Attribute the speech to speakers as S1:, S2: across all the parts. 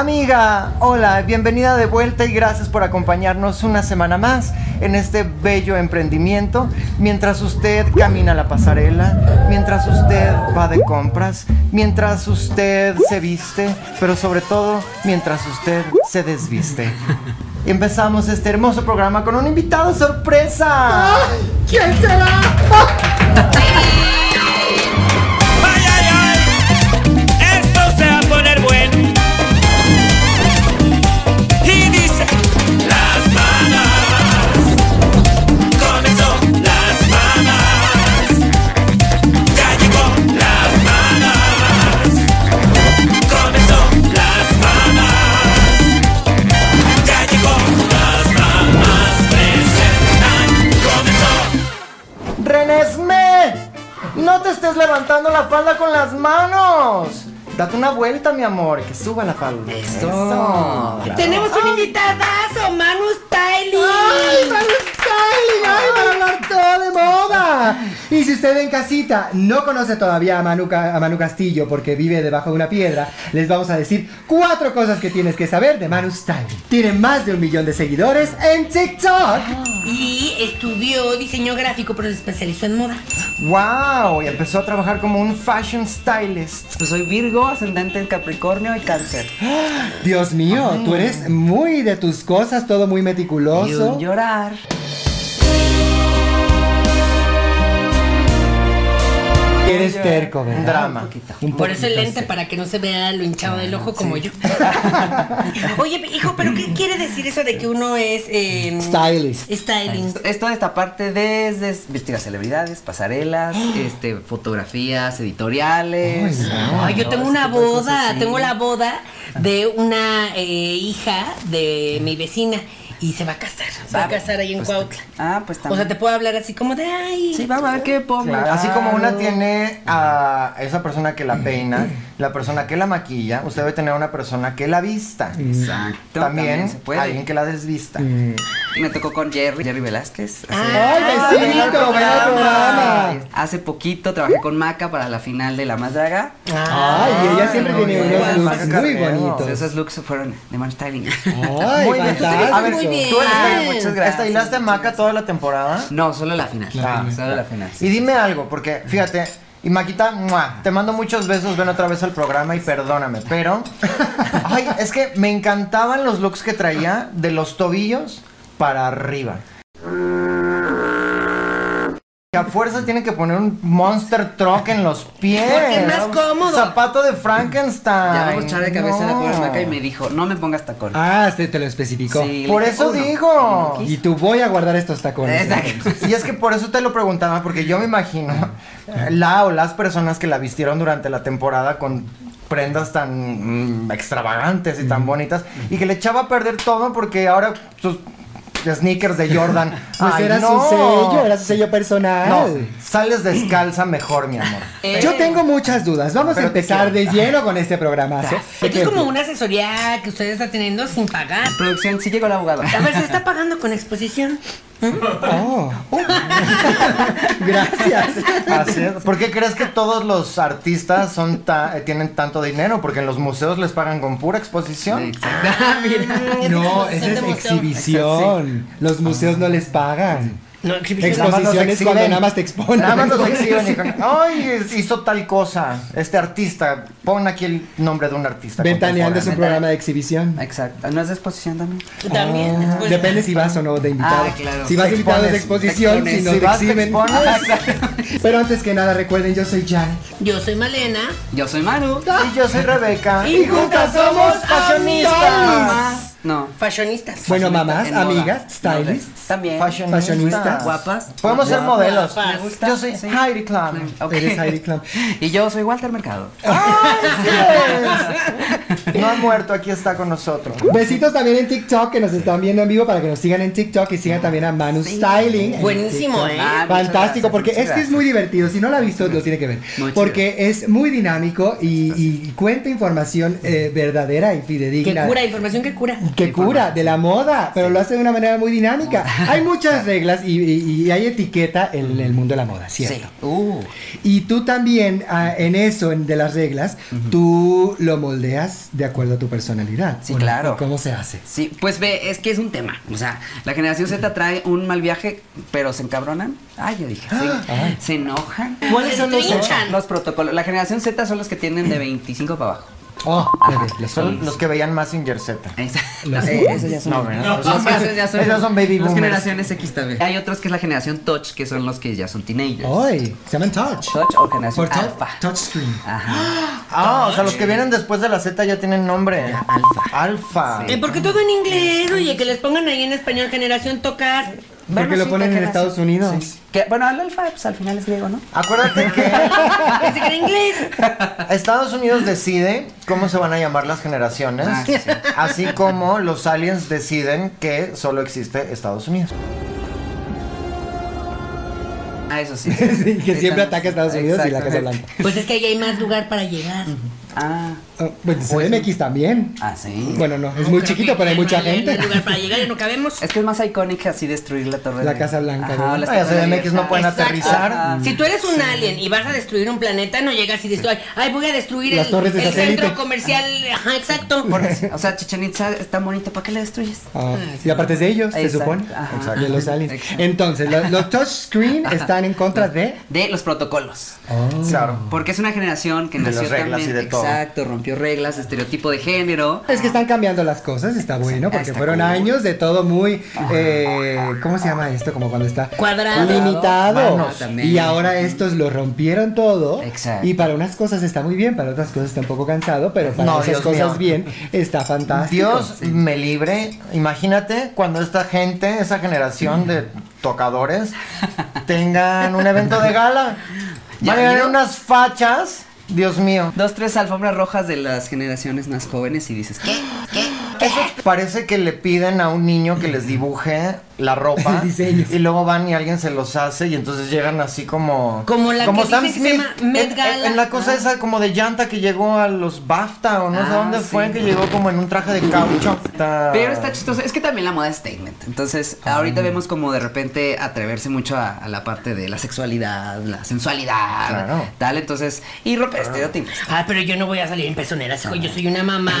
S1: Amiga, hola, bienvenida de vuelta y gracias por acompañarnos una semana más en este bello emprendimiento. Mientras usted camina la pasarela, mientras usted va de compras, mientras usted se viste, pero sobre todo mientras usted se desviste. Empezamos este hermoso programa con un invitado sorpresa.
S2: ¿Quién será?
S3: ¡Ay, ay, ay! Esto se va a poner bueno. Y dice: Las malas. Comenzó las malas. Ya llegó las malas. Comenzó las malas. Ya llegó las malas. Presentan. Comenzó.
S1: ¡Renesme! ¡No te estés levantando la falda con las manos! Date una vuelta, mi amor, que suba la falda. Eso.
S2: Tenemos un invitadazo, Manu Styling.
S4: ¡Ay, para el styling! ¡Ay, para hablar todo de moda! Y si usted en casita no conoce todavía a Manu, Ca- a Manu Castillo porque vive debajo de una piedra, les vamos a decir cuatro cosas que tienes que saber de Manu Styling. Tiene más de un millón de seguidores en
S1: Ah.
S4: TikTok.
S2: Y estudió diseño gráfico, pero se especializó en moda.
S1: ¡Wow! Y empezó a trabajar como un fashion stylist.
S5: Pues soy Virgo, ascendente en Capricornio y Cáncer.
S4: Dios mío, tú eres muy de tus cosas, todo muy
S5: Y un
S4: meticuloso.
S5: llorar.
S4: Eres terco,
S1: Un
S4: ¿verdad?
S1: drama.
S4: Un
S2: Por eso el
S4: poquito,
S2: lente,
S4: sí.
S2: para que no se vea lo hinchado
S5: Ah,
S2: del ojo como yo. Oye, hijo, ¿pero qué quiere decir eso de que uno es... eh,
S4: Stylist.
S2: Styling.
S5: Es toda esta parte desde vestir a celebridades, pasarelas, este, fotografías, editoriales.
S4: Ay, no.
S2: Ay, yo
S5: todo
S2: tengo
S5: ese
S2: una
S5: tipo de cosas,
S2: boda,
S5: sí.
S2: tengo la boda de una eh, hija de mi vecina y se va a casar. Se va a
S5: Va,
S2: casar ahí en
S5: pues,
S2: Cuautla.
S5: Ah, pues
S2: O
S5: también.
S2: sea, te puedo hablar así como de ay.
S5: Sí, vamos a ver qué pongo.
S1: Claro, Así como una tiene a esa persona que la peina, la persona que la maquilla, usted debe tener una persona que la vista.
S5: Exacto.
S1: También,
S5: se puede.
S1: alguien que la desvista.
S5: Me tocó con Jerry, Jerry Velázquez. hace-
S4: ¡Ay,
S2: Ah,
S1: venga
S4: vecino! ¡Venga
S1: al
S4: al
S1: programa.
S4: programa!
S5: Hace poquito trabajé con Maca para la final de La Más Draga.
S2: Ah,
S4: Ay, ella siempre
S1: Ay,
S4: tiene
S1: guapa,
S4: unos looks muy
S1: Carmelo.
S4: bonitos.
S5: Esos looks fueron de Man Styling.
S4: Ay,
S1: Muy bien, tú te ves
S4: fantástico.
S1: muy
S2: Muy bien.
S1: ¿Tú
S2: Ay,
S1: eres
S5: muchas gracias.
S1: estilaste a Maca toda la temporada?
S5: No, solo la final.
S1: Ah,
S5: solo la final.
S1: Y dime algo, porque fíjate, y Maquita, ¡mua! te mando muchos besos, ven otra vez al programa y perdóname, pero. Ay, es que me encantaban los looks que traía de los tobillos para arriba. Que A fuerza tienen que poner un monster truck en los pies.
S2: Porque es más cómodo.
S1: Zapato de Frankenstein.
S5: Ya vamos a echar de cabeza a la pobre
S1: No.
S5: Maca y me dijo, no me pongas tacón.
S4: Ah, se te lo especificó.
S5: Sí,
S1: Por
S5: le dije,
S1: eso
S5: "Uno,
S1: digo.
S5: uno,
S4: Y tú voy a guardar estos tacones.
S5: Exacto.
S1: Y es que por eso te lo preguntaba, porque yo me imagino la o las personas que la vistieron durante la temporada con prendas tan mm, extravagantes y tan bonitas y que le echaba a perder todo porque ahora sus sneakers de Jordan.
S4: Pues
S1: Ay,
S4: era
S1: no.
S4: su sello, era su sello personal.
S1: No, sales descalza mejor, mi amor.
S4: Yo tengo muchas dudas. Vamos a
S1: Pero te
S4: empezar de lleno con este programa.
S2: Esto es como una asesoría que ustedes están teniendo sin pagar.
S5: Producción, sí llegó el abogado.
S2: A ver, se está pagando con exposición.
S4: Gracias.
S1: Así es. ¿Por qué crees que todos los artistas son ta- eh, tienen tanto dinero? Porque en los museos les pagan con pura exposición.
S4: Ah,
S1: Mm,
S4: No,
S2: exposición
S4: esa
S2: de
S4: es
S2: museo.
S4: exhibición. Los museos no les pagan.
S2: No, exhibición.
S1: Nada más nos
S4: Exposiciones
S1: exhiben.
S4: cuando nada más te exponen.
S1: Nada más nos exhiben y con- Ay, es- hizo tal cosa. Este artista. Pon aquí el nombre de un artista.
S4: Ventaneando es un
S1: contemporáneo.
S4: programa de exhibición.
S5: Exacto. ¿No es de exposición también?
S2: También. Pues, después-
S4: Depende si vas o no Ah. de invitado.
S5: Ah, claro.
S4: Si vas
S1: Te
S4: invitado es de
S1: expones,
S4: exposición,
S1: expones.
S4: si no
S1: Si
S4: te
S1: vas, te
S4: exhiben. Pero antes que nada, recuerden, yo soy Janet.
S2: Yo soy Malena.
S5: Yo soy Maru.
S1: Y yo soy Rebeca.
S2: Y juntas somos
S1: fashionistas.
S2: Ah.
S5: No.
S2: Fashionistas.
S4: Bueno,
S5: Fashionista
S4: mamás,
S5: en moda.
S4: amigas,
S5: No,
S4: stylists.
S5: También.
S1: Fashionistas.
S4: Fashionistas.
S5: Guapas.
S1: Podemos ser
S5: Guapas.
S1: modelos.
S2: Me
S5: gusta,
S1: Yo soy
S5: sí.
S1: Heidi Klum.
S5: Ok.
S4: Eres Heidi Klum.
S5: Y yo soy Walter Mercado.
S1: No ha muerto, aquí está con nosotros.
S4: Besitos también en TikTok que nos están viendo en vivo para que nos sigan en TikTok y sigan también a Manu Styling. en
S2: Buenísimo, ¿eh?
S5: Ah, muchas
S4: Fantástico,
S5: gracias, muchas
S4: porque es que es
S5: gracias.
S4: muy divertido. Si no lo ha visto, lo tiene que ver.
S5: Muy
S4: porque es muy dinámico y, y cuenta información eh, verdadera y
S2: Que
S4: fidedigna.
S2: cura, información que cura.
S4: que cura de la moda, pero lo hace de una manera muy dinámica. Hay muchas reglas y, y- y hay etiqueta en el mundo de la moda, ¿cierto?
S5: Sí. Uh,
S4: Y tú también ah, en eso, en, de las reglas, tú lo moldeas de acuerdo a tu personalidad.
S5: Sí,
S4: ¿o no?
S5: claro.
S4: ¿Cómo se hace?
S5: sí, pues ve, es que es un tema. O sea, la generación Z trae un mal viaje, pero se encabronan. Ay, yo dije, sí. Ah.
S4: Ay.
S5: Se enojan.
S4: Ah. ¿Cuáles son los-
S2: Trinchan.
S5: Los protocolos. La generación Z son los que tienen de 25 para abajo.
S4: Oh, bebé, los
S1: Son
S4: hombres.
S1: los que veían más sin Z.
S5: Ahí está.
S4: Los-
S5: Eh, esos ya son.
S1: No, ¿verdad?
S5: Los- los- esos ya son.
S1: Esos son baby
S5: Las
S1: boomers.
S5: generaciones X también. Hay otros que es la generación Touch, que son los que ya son teenagers.
S4: Ay, se llaman touch.
S5: Touch o generación
S4: Oh. Por tou-
S5: Alpha.
S4: touchscreen.
S5: Ajá.
S1: Ah, o sea, los que vienen después de la Z ya tienen nombre.
S5: Alfa.
S1: Alfa.
S2: Eh, porque todo en inglés, oye, que les pongan ahí en español generación tocar.
S4: Porque
S5: Bueno,
S4: lo
S5: sí,
S4: ponen en
S5: generación-
S4: Estados Unidos.
S5: Que, bueno, el alfa, pues al final es griego, ¿no?
S1: Acuérdate que
S2: Que se cree inglés.
S1: Estados Unidos decide cómo se van a llamar las generaciones,
S5: Ah, sí.
S1: así como los aliens deciden que solo existe Estados Unidos.
S5: Ah, eso sí.
S4: Sí, que siempre ataca a Estados Unidos y la Casa
S5: Exactamente.
S4: Blanca.
S2: Pues es que ahí hay más lugar para llegar.
S5: Ah,
S4: Ah, Pues CDMX también.
S5: ah, sí.
S4: Bueno, no, es muy chiquito, pero hay mucha gente.
S2: No hay lugar para llegar y no cabemos.
S5: Es que es más icónica así destruir la torre.
S4: La
S5: de-
S4: Casa Blanca,
S5: Ajá,
S4: ¿verdad?
S5: o las
S1: No, ya
S5: Torres
S1: se ve que no
S5: Gemelas.
S1: pueden
S2: Exacto.
S1: aterrizar.
S5: Ajá.
S2: Si tú eres un alien y vas a destruir un planeta, no llegas y dices, ay, ay, voy a destruir
S4: Las
S2: el,
S4: torres de
S2: el
S4: satélite.
S2: centro comercial. Ajá, exacto.
S5: O sea, Chichen Itza está bonito, ¿para qué la destruyes?
S4: Ah, y aparte es de ellos, se
S5: Exacto,
S4: supone.
S5: ajá.
S4: De los aliens.
S5: Exacto.
S4: Entonces, lo- los, touchscreen están en contra de.
S5: De los protocolos.
S1: Claro.
S5: Porque es una generación que
S1: De
S5: nació
S1: las reglas
S5: también.
S1: y de todo.
S5: Exacto, rompió reglas, estereotipo de género.
S4: Es que están cambiando las cosas, está bueno, porque
S5: está
S4: fueron
S5: cool.
S4: años de todo muy. eh, ¿Cómo se llama esto? Como cuando está.
S2: Cuadrado.
S4: Limitado.
S5: Manos también.
S4: Y ahora estos lo rompieron todo.
S5: Exacto.
S4: Y para unas cosas está muy bien, para otras cosas está un poco cansado, pero para
S1: No,
S4: esas
S1: Dios
S4: cosas
S1: mío.
S4: bien está fantástico.
S1: Dios me libre. Imagínate cuando esta gente, esa generación de tocadores, tengan un evento de gala.
S5: Ya
S1: Van a llegar
S5: vieron.
S1: unas fachas. Dios mío.
S5: Dos, tres alfombras rojas de las generaciones más jóvenes y dices, ¿qué?
S1: Eso parece que le piden a un niño que les dibuje la ropa.
S4: El diseño.
S1: Y luego van y alguien se los hace y entonces llegan así como.
S2: Como la que
S1: Sam
S2: dicen que
S1: Smith.
S2: se llama Met
S1: en,
S2: Gala.
S1: en la cosa esa como de llanta que llegó a los BAFTA o no sé
S5: Ah,
S1: dónde
S5: sí.
S1: fue, que llegó como en un traje de caucho.
S5: Pero está chistoso. Es que también la moda es statement. Entonces, ahorita vemos como de repente atreverse mucho a, a la parte de la sexualidad, la sensualidad,
S1: Claro.
S5: tal. Entonces, y romper estereotipos.
S2: Ah, pero yo no voy a salir en pezoneras, hijo. Yo soy una mamá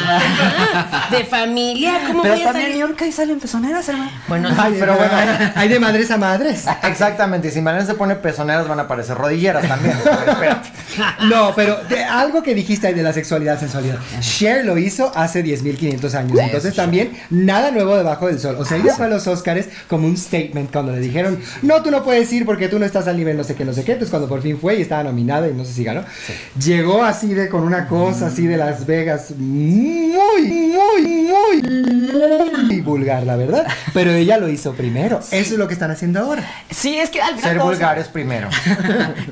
S2: de familia. ¿Cómo
S5: Pero
S2: voy a
S5: también en New
S2: salir?
S5: York ahí salen pezoneras, hermano.
S2: Bueno,
S4: Ay,
S2: sí.
S4: pero bueno, hay- hay de madres a madres.
S1: Exactamente, y si Mariana se pone pezoneras van a aparecer rodilleras también. Espérate.
S4: No, pero de algo que dijiste ahí de la sexualidad, sensualidad. Cher lo hizo hace 10.500 años. Entonces también nada nuevo debajo del sol. O sea, ella fue a los Oscars como un statement cuando le dijeron, no, tú no puedes ir porque tú no estás al nivel no sé qué, no sé qué. Entonces cuando por fin fue y estaba nominada y no sé si ganó, llegó así de con una cosa así de Las Vegas muy, muy, muy, muy vulgar, la verdad. Pero ella lo hizo primero. Eso es lo que están haciendo ahora.
S5: Sí, es que al final
S1: Ser
S5: todos-
S1: vulgares primero.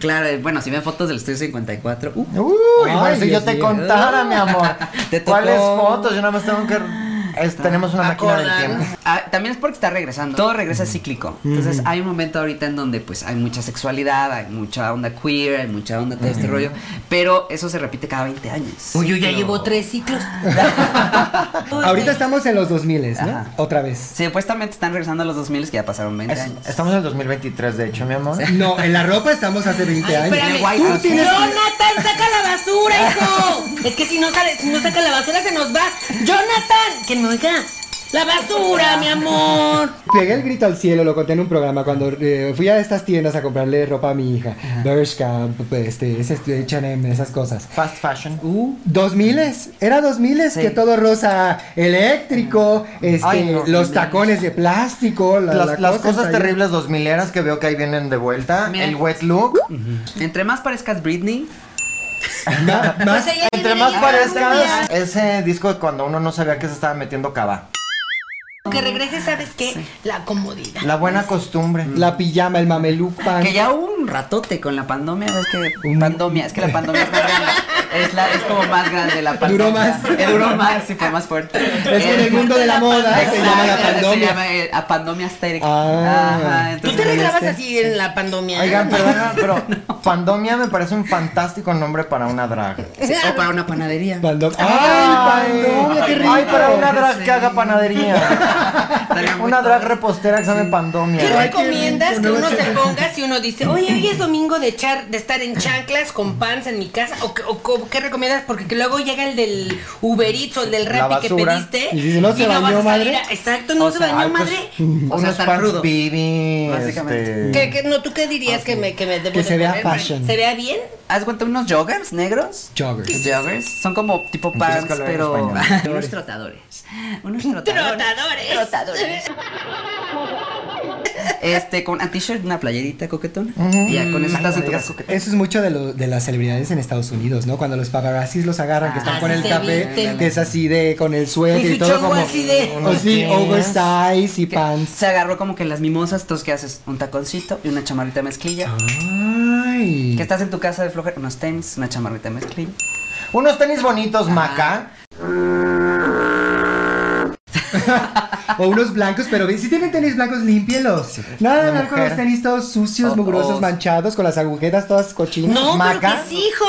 S5: claro, eh, bueno, si ven fotos del estudio 54, uh,
S1: Uy, bueno, si
S4: Dios
S1: yo te
S4: mío.
S1: contara, mi amor.
S5: Te tocó.
S1: ¿Cuáles fotos? Yo nada más tengo que. es- tenemos una máquina del
S5: acordar.
S1: tiempo.
S5: Ah, también es porque está regresando. Todo regresa cíclico. Entonces hay un momento ahorita en donde pues hay mucha sexualidad, hay mucha onda queer, hay mucha onda todo este rollo, pero eso se repite cada 20 años.
S2: Uy, yo ya llevo tres ciclos.
S4: Ahorita estamos en los 2000, ¿no?
S5: Ajá.
S4: Otra vez.
S5: Supuestamente están regresando a los 2000 que ya pasaron 20
S1: Es-
S5: años.
S1: estamos en el 2023, de hecho, mi amor.
S4: No, en la ropa estamos hace 20 años.
S2: Espérame.
S5: Guay,
S1: ah,
S2: Tú
S5: tú
S2: tienes-
S5: tienes-
S2: Jonathan, saca la basura, hijo. Es que si no sale, si no saca la basura se nos va. Jonathan, que me oiga. La basura, mi amor.
S4: Pegué el grito al cielo, lo conté en un programa cuando eh, fui a estas tiendas a comprarle ropa a mi hija. Bershka, este, ese- H&M, esas cosas.
S1: Fast fashion.
S4: Dos miles, era dos miles que todo rosa eléctrico, este,
S1: Ay, no,
S4: los
S1: no,
S4: tacones de plástico, la- la
S1: Las, las
S4: cosa
S1: cosas
S4: está ahí.
S1: terribles dos mileras que veo que ahí vienen de vuelta.
S5: Mira.
S1: El wet look.
S5: Entre más parezcas Britney,
S4: Ma- más-
S2: Pues ella
S1: Entre
S2: viene
S1: más
S2: llegando ya.
S1: parezcas. Ese disco de cuando uno no sabía que se estaba metiendo cava.
S2: Que regrese, ¿sabes qué? La comodidad.
S1: La buena costumbre.
S4: la pijama, el mamelupan.
S5: que ya hubo un ratote con la pandemia, es que
S4: Un-
S5: pandemia, es que la pandemia es más grande. Es, la, es como más grande la pandemia.
S4: Duró más.
S5: Eh, duró más y fue más fuerte.
S4: Es que en el mundo de la moda se llama la
S5: Se
S4: pandemia.
S5: llama eh, apandomia aesthetic.
S4: Ah.
S5: Ajá,
S2: Tú
S5: entonces- este,
S2: te regrabas así en la pandemia.
S1: Oigan, perdona, pero Pandomia me parece un fantástico nombre para una drag.
S5: O para una panadería.
S4: Pandom- ¡Ay, pandemia! ¡Qué rico!
S1: Ay, para una drag
S5: Sí.
S1: que haga panadería.
S5: Estaría muy
S1: Una drag
S5: padre.
S1: repostera que se llame
S2: ¿Qué
S1: Pandomia.
S4: Ay, qué
S2: recomiendas
S4: rico,
S2: que
S4: no
S2: uno
S4: lo
S2: se
S4: sé.
S2: ponga si uno dice, oye, hoy es domingo de echar, de estar en chanclas con pants en mi casa? ¿O, qué- o co- qué recomiendas? Porque que luego llega el del Uber Eats o el del
S1: La
S2: Rappi que
S1: basura.
S2: pediste.
S4: Y dice, "No se bañó,
S2: vas a salir
S4: madre".
S2: a- Exacto, no
S5: O
S2: se
S5: sea,
S2: bañó
S5: ay, pues,
S2: madre.
S5: O sea,
S1: Unos
S5: estar
S1: pants
S5: crudo.
S1: bibi.
S5: Básicamente.
S1: este,
S2: ¿Qué- qué- no, ¿Tú qué dirías que me, que me debo
S4: Que
S2: de
S4: se vea
S2: poner para-
S4: fashion.
S2: ¿Se vea bien?
S5: ¿Haz cuenta unos joggers negros?
S4: Joggers.
S5: Joggers. Son como tipo
S1: Entonces,
S5: pants,
S1: ¿cuál era en
S5: pero.
S1: español?
S5: unos trotadores. Unos trotadores.
S2: ¡Trotadores!
S5: Trotadores. Este, con una t-shirt, una playerita coquetona. Y ya con eso estás en tu casa coquetona.
S4: Eso es mucho de, lo- de las celebridades en Estados Unidos, ¿no? Cuando los paparazzis los agarran, que están
S2: Ah,
S4: con
S2: sí
S4: el
S2: se
S4: café,
S2: visten.
S4: que es así de, con el suéter
S2: Y
S4: y
S2: su
S4: todo
S2: chongo
S4: como...
S2: así de...
S4: O sí,
S1: Unos jeans.
S4: oversize y
S5: Que
S4: pants.
S5: Se agarró como que las mimosas, entonces que haces un taconcito y una chamarrita de mezclilla.
S4: Ay.
S5: Que estás en tu casa de flojera, unos tenis, una chamarrita de mezclilla.
S1: Unos tenis bonitos, Maca.
S4: O unos blancos, pero ve- si tienen tenis blancos, límpielos. Nada de andar con los
S1: mujer.
S4: tenis todos sucios,
S5: O-
S4: mugrosos,
S5: o-
S4: manchados, con las agujetas todas cochinas.
S2: Oh, No,
S1: ¿Maca?
S2: pero que sí, hijo.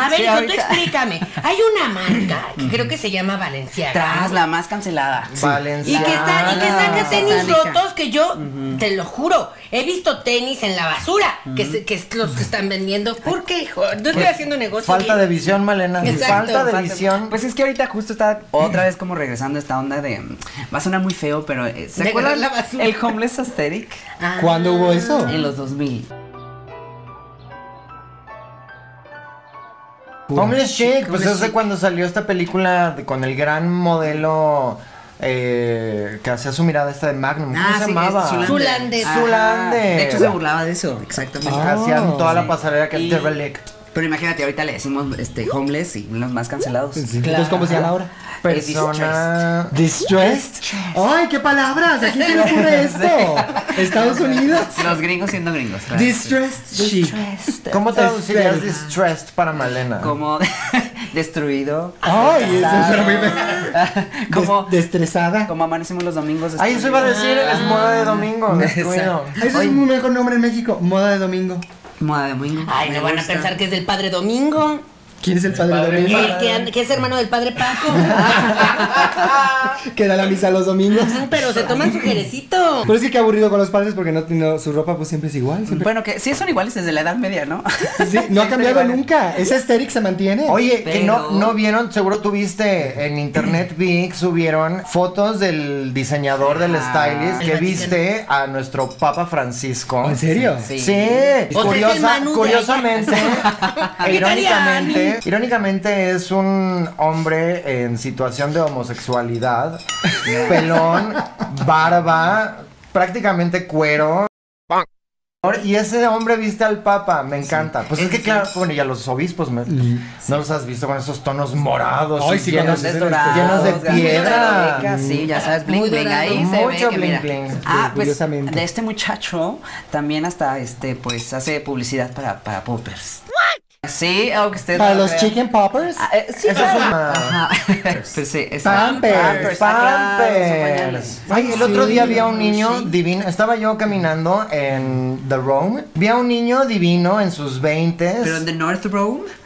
S2: A ver,
S5: Sí,
S2: hijo, tú
S5: ahorita.
S2: explícame. Hay una marca que creo que se llama Valenciaga.
S5: Tras la más cancelada.
S2: Y
S1: Valenciana.
S2: que, está, y que saca tenis
S5: Satánica.
S2: rotos que yo, te lo juro, he visto tenis en la basura, que, se- que es los que están vendiendo. ¿Por qué, hijo? No estoy haciendo negocio.
S1: Pues, Falta de
S2: bien.
S1: visión, Malena.
S2: Exacto,
S1: Falta de
S2: falta-
S1: visión.
S5: Pues es que ahorita justo está otra vez como regresando esta onda de. mm, Va a sonar muy feo, pero. eh, ¿Se
S2: De
S5: acuerdan
S2: agarrar la basura.
S5: el homeless aesthetic?
S2: Ah.
S4: ¿Cuándo hubo eso?
S5: En los 2000.
S1: Homeless Chic, pues
S5: Homeless
S1: es de
S5: Chic.
S1: cuando salió esta película de- con el gran modelo eh, que hacía su mirada esta de Magnum. ¿Cómo
S2: Ah,
S1: se
S5: sí,
S1: llamaba?
S5: es
S2: Zulander.
S5: Ajá.
S1: Zulander.
S5: Ah, De hecho, se burlaba de eso, exactamente.
S1: Que
S4: Ah.
S1: hacían toda la
S5: sí.
S1: pasarela que
S5: Y-
S1: The Relict.
S5: Pero imagínate, ahorita le decimos este, homeless y los más cancelados.
S4: Sí. Entonces, ¿cómo se llama ahora?
S5: Es distressed.
S1: Persona.
S4: Distressed. Ay, qué palabras. ¿A quién se le ocurre esto? Estados Unidos.
S5: Los gringos siendo gringos. ¿verdad?
S4: Distressed chic.
S1: ¿Cómo traducirías
S4: Distressed.
S1: distressed para Malena?
S5: Como destruido.
S4: Ay, eso suena muy bien.
S5: como,
S4: Des- Destresada.
S5: como amanecimos los domingos.
S1: Ahí se iba a decir, es moda
S2: Ah.
S1: de domingo. destruido.
S4: Eso es un mejor nombre en México. Moda de domingo.
S5: Moda de domingo.
S2: Ay,
S5: me
S2: no van a
S5: gusta.
S2: pensar que es del padre Domingo.
S4: ¿Quién es el padre, de domingo?
S2: El que, an- que es hermano del padre Paco.
S4: Que da la misa los domingos.
S2: Pero se toman su jerecito.
S4: Pero es que qué aburrido con los padres porque no, no- su ropa pues siempre es igual. siempre-
S5: Bueno, que sí son iguales desde la Edad Media, ¿no?
S4: Sí, no ha
S5: Sí,
S4: cambiado
S5: iguales.
S4: nunca. Ese aesthetic se mantiene.
S1: Oye, que no,
S5: Pero-
S1: no vieron, seguro tuviste en internet, vi que subieron fotos del diseñador del
S5: Ah.
S1: stylist
S2: El
S1: que
S2: Vaticano.
S1: viste a nuestro Papa Francisco.
S4: ¿En serio?
S5: Sí.
S1: Sí,
S2: O sea,
S1: curiosa-
S2: es el Manu de
S1: curiosamente, e
S2: Italiani.
S1: irónicamente, irónicamente es un hombre en situación de homosexualidad, pelón, barba, prácticamente cuero. Y ese hombre viste al Papa, me encanta. Pues es que claro, bueno, y a los obispos, me- ¿no los has visto con esos tonos morados?
S4: Ay,
S1: y
S4: sí,
S1: llenos,
S4: cuando se-
S5: Grandes dorados,
S1: llenos de
S5: grandes
S1: piedra.
S5: dorados, Sí, ya sabes, bling
S2: Muy
S5: bling.
S2: dorado.
S5: Ahí se
S1: Mucho
S5: ve que mira.
S1: bling, bling.
S5: Ah, pues
S4: Curiosamente.
S5: de este muchacho también hasta este, pues hace publicidad para, para poppers. Sí, aunque usted.
S4: Para
S5: no
S4: los
S5: crea.
S4: chicken poppers.
S5: Ah, eh, sí,
S1: Eso es
S5: claro.
S1: una-
S5: Ajá. Pues sí, es-
S4: Pampers,
S5: Pampers, ah, claro, son pañales.
S1: Pampers. Ay, el otro
S4: Sí.
S1: día vi a un niño divino. Estaba yo caminando en The Rome. Vi a un niño divino en sus 20
S5: Pero en The North Rome.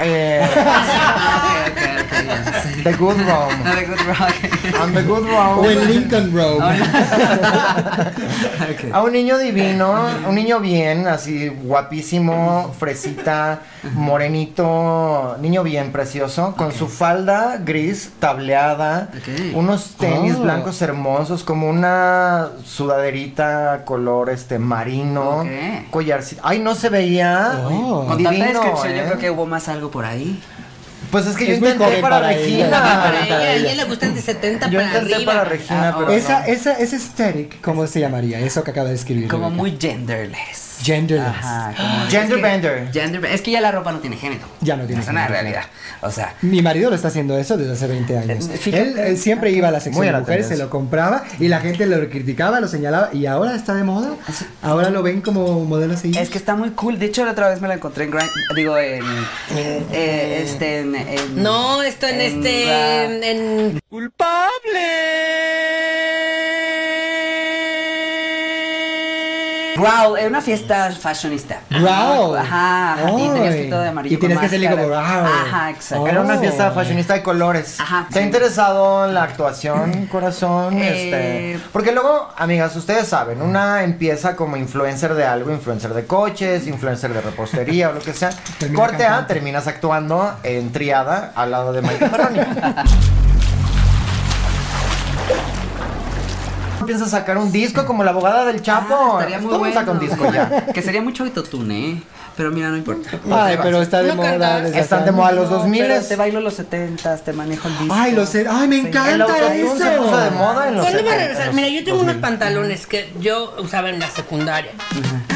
S5: Ok, ok, ya.
S1: the Good Rome.
S5: No, The Good Rock.
S1: On the Good
S4: O en
S1: Rome.
S4: Lincoln Road.
S1: A un niño divino, un niño bien, así guapísimo, fresita, morenito, niño bien precioso, con su falda gris tableada,
S5: Ok.
S1: unos tenis
S4: Oh.
S1: blancos hermosos, como una sudaderita color este marino,
S5: Ok.
S1: collarcito. Ay, no se veía
S4: Oh.
S5: Con tanta
S1: divino.
S5: descripción, yo
S1: ¿eh?
S5: creo que hubo más algo por ahí.
S1: Pues es que yo
S4: Es muy
S1: intenté
S4: joven
S1: para,
S4: para ella.
S2: Para ella,
S1: Regina.
S2: a ella le gustan de 70
S1: Ah, Yo
S2: para
S1: intenté
S2: arriba.
S1: para Regina,
S5: Ah,
S1: pero
S5: oh.
S1: no.
S4: Esa, esa, ese aesthetic, ¿cómo se llamaría? Eso que acaba de escribir.
S5: Como
S4: Rebeca.
S5: muy genderless.
S4: Genderless.
S5: Ajá, como-
S1: Gender
S5: es que-
S1: bender.
S5: gender- es que ya la ropa no tiene género.
S4: Ya no tiene
S5: Es una
S4: género.
S5: realidad. O sea,
S4: Mi marido lo está haciendo eso desde hace 20 años.
S5: Eh, fíjate.
S4: Él, él siempre iba a la sección
S1: Muy a
S4: de
S1: la
S4: mujeres, se
S1: tendencia.
S4: lo compraba y la gente lo criticaba, lo señalaba y ahora está de moda. Ahora lo ven como modelo así.
S5: es que está muy cool. De hecho, la otra vez me la encontré en Grind. Digo, en. eh, este, en, en-
S2: No, esto en este.
S5: ah,
S2: en- En.
S5: Growl, en una fiesta fashionista.
S4: Growl.
S5: Ajá, ajá, y tenías que ir todo de amarillo.
S4: Y tenías
S5: con
S4: que salir como
S5: máscara.
S4: growl.
S5: Ajá, exacto.
S1: Era una
S4: Oh.
S1: fiesta fashionista de colores.
S5: Ajá.
S1: ¿Está interesado en la actuación, corazón?
S5: Eh.
S1: Este, porque luego, amigas, ustedes saben, una empieza como influencer de algo, influencer de coches, influencer de repostería o lo que sea.
S4: Termina
S1: Corte A,
S4: cantante.
S1: terminas actuando en triada al lado de Mike Perroni. ¿Piensas sacar un disco como la abogada del Chapo?
S5: Ah, estaría muy
S1: Todo
S5: bueno.
S1: saca un disco ya.
S5: Que sería mucho autotune, ¿eh? Pero mira, no importa.
S4: Ay, pero está de
S2: No
S4: moda.
S2: cantas.
S4: desde hace
S1: Están de
S4: años.
S1: moda los 2000
S5: Pero te bailo los 70 te manejo el disco.
S4: Ay, lo sé. Ay, me
S1: El
S4: encanta
S1: autotune se
S4: eso.
S1: puso de moda en los
S2: ¿Cuándo iba a
S1: 70s,
S2: regresar? Mira, yo tengo unos pantalones que yo usaba en la secundaria.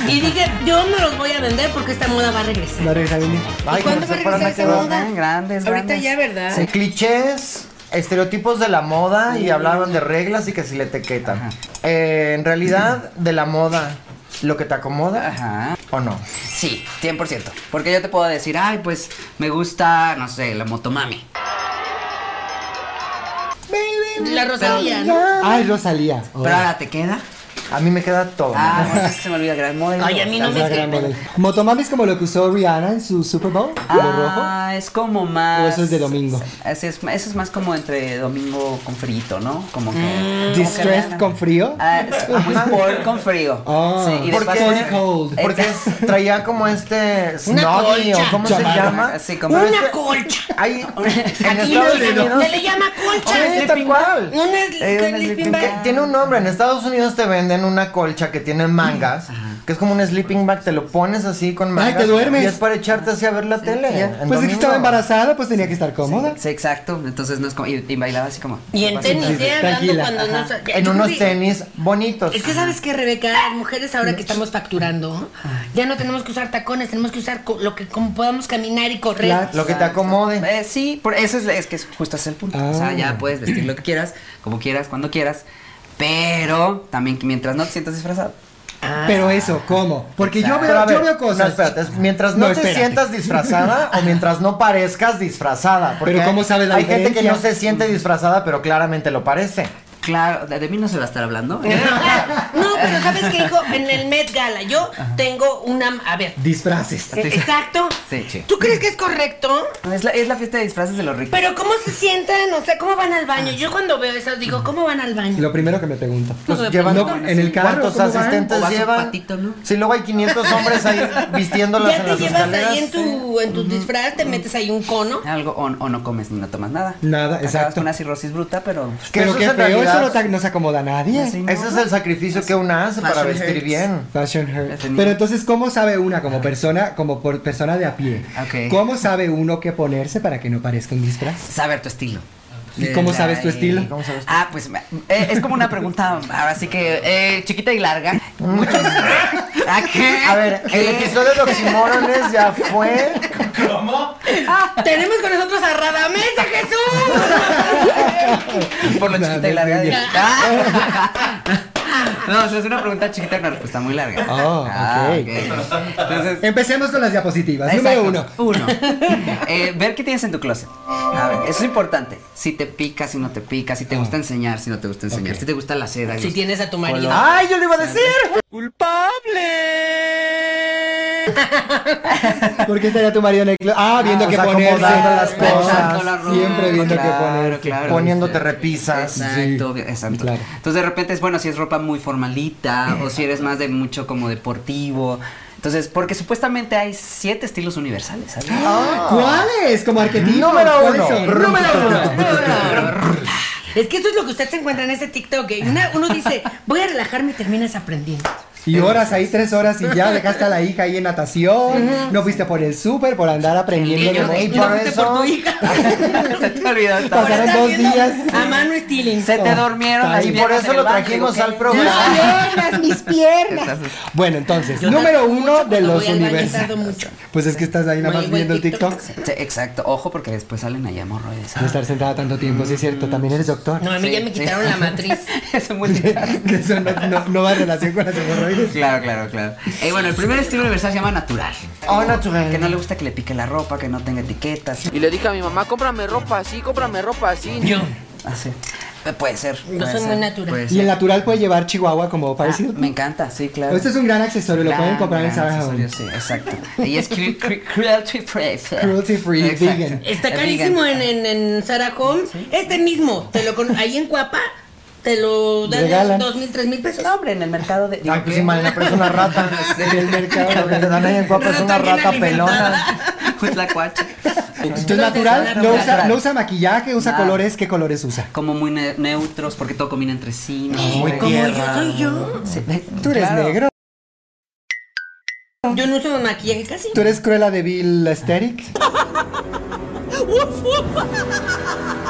S2: Y dije, yo no los voy a vender porque esta moda va a regresar.
S4: Va a regresar bien.
S1: Ay,
S2: ¿Y cuándo
S1: como
S2: va a
S1: si fueran
S2: regresar esa
S1: aquellos-
S2: moda?
S5: Grandes, grandes.
S2: Ahorita ya, ¿verdad?
S1: Sí, clichés, estereotipos de la moda
S2: Mm.
S1: y hablaban de reglas y que si la etiqueta. Eh, en realidad, de la moda, lo que te acomoda
S5: Ajá.
S1: o no.
S5: Sí, 100%. Porque yo te puedo decir, ay, pues me gusta, no sé, la motomami.
S2: La Rosalía, ¿no?
S4: Ay, Rosalía.
S5: Pero ahora te queda.
S1: A mí me queda todo.
S5: Ah, bueno, se me olvida gran modelo.
S2: Ay, a mí no
S4: La
S2: me
S4: gran
S2: escribe.
S4: modelo. Motomami es como lo que usó Rihanna en su Super Bowl. lo rojo.
S5: Ah, es como más.
S4: O eso es de domingo.
S5: Ese es, eso es más como entre domingo con frito, ¿no? Como que. como que
S4: Mm. Distressed
S5: nada.
S4: con frío.
S5: Ah, es muy sport con frío.
S4: Ah.
S5: sí, y de
S1: Porque-
S5: paso-
S1: Stone
S4: cold.
S1: Porque es- traía como este snoggy o
S2: colcha.
S1: cómo se
S4: Chamarra.
S1: llama.
S5: Así como-
S1: Pero
S2: Una
S1: este-
S2: colcha.
S1: Hay en
S2: Aquí no
S1: Estados
S2: se
S1: Unidos.
S2: se le llama colcha.
S1: Sí, tal cual.
S2: Una
S5: Eh, una
S2: es
S5: sleeping
S2: sleeping
S1: Que
S2: bag.
S1: tiene un nombre, en Estados Unidos te venden una colcha que tiene mangas, que es como un sleeping bag, te lo pones así con mangas.
S4: te duermes.
S1: Y es para echarte así a ver la tele. en
S4: Pues es que
S1: domingo.
S4: estaba embarazada, pues tenía que estar cómoda.
S5: Sí, exacto. Entonces no es como. Y, y bailaba así como.
S2: Y en tenis,
S4: tranquila,
S2: ¿eh? Hablando
S4: tranquila,
S2: cuando no...
S5: ajá.
S2: sa- ya,
S1: en
S2: yo
S1: unos
S2: creo que-
S1: tenis bonitos.
S2: Es que sabes que Rebeca, las mujeres ahora que estamos facturando, ya no tenemos que usar tacones, tenemos que usar co- lo que como podamos caminar y correr.
S4: Claro.
S1: Lo que te acomode.
S5: Eh, sí, por eso es, es que es justo ese el punto. O sea,
S4: Ah.
S5: ya puedes vestir lo que quieras, como quieras, cuando quieras. Pero también que mientras no te sientas disfrazado.
S2: Ah.
S4: Pero eso, ¿cómo? Porque yo
S1: Pero a
S4: veo, yo
S1: ver,
S4: veo
S1: no,
S4: cosas.
S1: espérate, es- mientras no,
S4: No,
S1: te
S4: espérate.
S1: sientas disfrazada o mientras no parezcas disfrazada. Porque
S4: Pero ¿cómo sabes la
S1: Hay gente que
S4: diferencia?
S1: no se siente disfrazada, pero claramente lo parece.
S5: Claro, de, de mí no se va a estar hablando.
S2: No, pero sabes qué, hijo, en el Met Gala yo tengo una, a ver,
S4: Disfraces.
S2: eh, exacto.
S5: Sí, sí.
S2: ¿Tú crees que es correcto?
S5: es, la, es la fiesta de disfraces de los ricos.
S2: Pero cómo se sientan, o sea, cómo van al baño. Yo cuando veo eso digo, ¿cómo van al baño?
S4: Ah, Lo primero que me pregunto.
S1: Pues
S2: de
S1: llevan
S4: pronto,
S1: no,
S4: en el carro,
S1: ¿Cuántos
S4: ¿cómo van?
S1: asistentes
S5: O vas un
S1: llevan?
S5: patito, ¿no?
S1: Si luego hay 500 hombres ahí vistiéndolas
S2: Ya
S1: en
S2: te
S1: las
S2: llevas
S1: escaleras.
S2: ahí en tu, en tu disfraz, te metes ahí un cono.
S5: Algo o, o no comes ni no tomas nada.
S4: Nada,
S5: Acabas
S4: exacto.
S5: con una cirrosis bruta, pero.
S1: Que
S4: Pero
S1: eso
S4: qué
S1: es en
S4: feo,
S1: realidad-
S4: eso no, te- no se acomoda a nadie.
S5: Sí.
S1: Ese es el sacrificio que una hace para
S5: Fashion
S1: vestir
S5: hurts.
S1: bien.
S4: Fashion hurt.
S5: Ese niño.
S4: Pero entonces, ¿cómo sabe una como persona, como por persona de a pie?
S5: Ok.
S4: ¿Cómo sabe uno qué ponerse para que no parezca un disfraz?
S5: Saber tu estilo.
S4: ¿Y cómo sabes tu estilo?
S1: ¿Cómo sabes tu
S5: Ah, pues me- eh, es como una pregunta, ahora sí que eh, chiquita y larga. Muchos. ¿eh? ¿A qué?
S1: A ver, el
S5: ¿Qué?
S1: episodio de Oximorones ya fue.
S4: Ah.
S2: Tenemos con nosotros a Radamés de Jesús.
S5: Por lo
S4: Una
S5: chiquita y
S4: vez
S5: larga.
S4: de-
S5: de- Ah. No, o sea, es una pregunta chiquita con una respuesta muy larga.
S4: Ah, ok. Eh,
S5: Entonces,
S4: Empecemos con las diapositivas.
S5: exacto.
S4: Número uno.
S5: Uno. Eh, ver qué tienes en tu closet. A ver, eso es importante. Si te pica, si no te pica, si te
S4: Ah.
S5: gusta enseñar, si no te gusta enseñar, si te gusta la seda.
S2: Si tienes a tu marido.
S1: ¡Ay, yo le iba a decir!
S4: ¿Por qué estaría tu marido en el clo- Ah, viendo
S1: o
S4: qué
S1: sea,
S4: ponerse.
S1: acomodando las
S4: Pensando
S1: cosas,
S4: la ropa, Siempre viendo
S5: claro,
S4: qué ponerse.
S5: claro.
S1: Poniéndote repisas.
S5: Exacto,
S4: Sí,
S5: exacto.
S4: claro.
S5: Entonces de repente es bueno si es ropa muy formalita o si eres más de mucho como deportivo. Entonces, porque supuestamente hay siete estilos universales, ¿sabes?
S4: ¿Cuáles? Como arquetipos.
S1: Número
S4: ¿cuáles
S1: uno,
S4: son?
S1: número uno.
S2: ¿eh? Es que esto es lo que usted se encuentra en este TikTok. que una- uno dice, voy a relajarme y terminas aprendiendo.
S4: Y horas ahí, tres horas y ya dejaste a la hija ahí en natación. No fuiste por el súper, por andar aprendiendo.
S1: niño,
S4: de-
S1: y
S4: y
S1: por
S4: por
S2: fuiste por tu hija.
S5: Se te olvidó el
S4: Pasaron
S2: Ahora estás
S4: dos
S2: viendo
S4: días.
S2: A mano Stealing.
S5: Se te durmieron las
S1: Y
S5: piernas
S1: por eso
S5: en el
S1: lo
S5: baño,
S1: trajimos
S5: ¿ok?
S1: al
S4: Mis
S1: programa.
S4: piernas, mis piernas.
S5: Entonces,
S4: Bueno, entonces,
S2: Yo
S4: número
S2: tardo
S4: uno
S2: mucho
S4: de
S2: cuando
S4: los
S2: voy al baño,
S4: universos.
S2: tardo mucho.
S4: Pues es que estás ahí nada
S2: Me
S4: más
S2: voy
S4: viendo el TikTok.
S2: TikTok.
S5: sí, exacto, ojo porque después salen allá ¿eh? hemorroides.
S4: De estar sentada tanto tiempo, sí es cierto, también eres doctor.
S2: No, a mí
S5: Sí,
S2: ya me
S5: sí.
S2: quitaron la matriz.
S5: Es un multitask.
S4: Que Eso no, no- no va en relación con las hemorroides.
S5: Claro, claro, claro. Eh, bueno, el primer estilo universal se llama natural.
S1: Oh, natural.
S5: Que no le gusta que le pique la ropa, que no tenga etiquetas.
S6: Y le dije a mi mamá, cómprame ropa así, cómprame ropa así.
S2: Yo.
S5: Así. Eh, Puede ser.
S2: Yo
S5: puede
S2: soy muy
S5: ser,
S2: natural.
S5: puede
S4: Ah, Y
S5: ser.
S4: el natural puede llevar chihuahua como
S5: Ah,
S4: parecido.
S5: me encanta, sí, claro.
S4: Este es un gran accesorio, lo
S5: Gran,
S4: pueden comprar en
S5: gran
S4: Sarah
S5: accesorio,
S4: Home.
S5: Sí, exacto. Y es cru- cru- cruelty free.
S4: Cruelty free,
S5: Exacto.
S4: vegan.
S2: Está
S5: Es
S2: carísimo
S5: vegan.
S2: en, en, en Sarah Home. Este mismo, te lo con, ahí en Cuapa, te lo dan
S4: Regalan.
S2: dos mil, tres mil pesos.
S5: Ah, pues, No, hombre, en el mercado de.
S4: Ah,
S1: Ay,
S5: digo,
S1: pues
S5: ¿qué?
S1: si Malena, pero es una rata. En el mercado lo que te dan ahí en guapa es una
S2: Rata bien
S1: rata pelona.
S2: alimentada.
S5: Pues Cuitlacuache.
S4: Entonces, natural,
S2: natural,
S4: no usa,
S5: natural.
S4: no usa maquillaje, usa
S5: Nada.
S4: colores. ¿Qué colores usa?
S5: Como muy ne- neutros, porque todo combina entre sí. ¿no?
S1: Muy
S2: Como
S1: tierra.
S2: yo soy yo.
S5: Sí,
S4: Tú eres
S5: claro.
S4: negro.
S2: Yo no uso maquillaje casi.
S4: Tú eres cruela de Bill Aesthetic.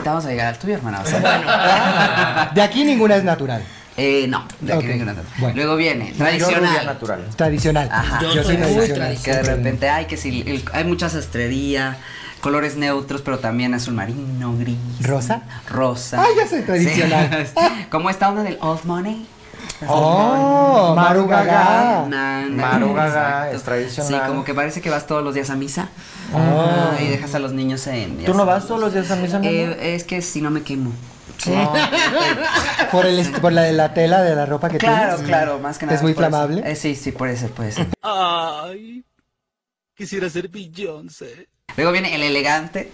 S5: Te vamos a llegar al tuyo, hermana. o sea.
S4: De aquí ninguna es natural.
S5: Eh, no, de aquí
S4: Ok,
S5: vengo natural.
S4: bueno.
S5: Luego viene
S1: Yo rubia
S5: tradicional.
S1: natural.
S4: Tradicional.
S5: Ajá.
S2: Yo soy muy
S5: Que de
S2: tradicional.
S5: repente hay que si el- hay mucha sastrería, colores neutros, pero también azul marino, gris.
S4: ¿Rosa?
S1: Ah,
S5: Rosa.
S4: Ay, yo soy tradicional.
S5: Sí. Como esta onda del old money.
S4: Oh, Maru Gaga.
S5: Na- na-
S1: Maru Gaga
S5: exacto.
S1: es tradicional.
S5: Sí, como que parece que vas todos los días a misa. Y dejas a los niños en. ya
S1: Ah. ¿Tú no
S5: sabes.
S1: vas todos los días a misa, mi amor?
S5: Eh, es que si no me quemo.
S4: Por, el, est- por la, la tela de la ropa que
S5: Claro,
S4: tienes.
S5: claro, más que nada.
S4: Es muy
S5: por eso.
S4: flamable.
S5: Eh, sí, sí, puede ser, puede ser.
S7: Ay, quisiera ser Beyoncé.
S5: Luego viene el elegante.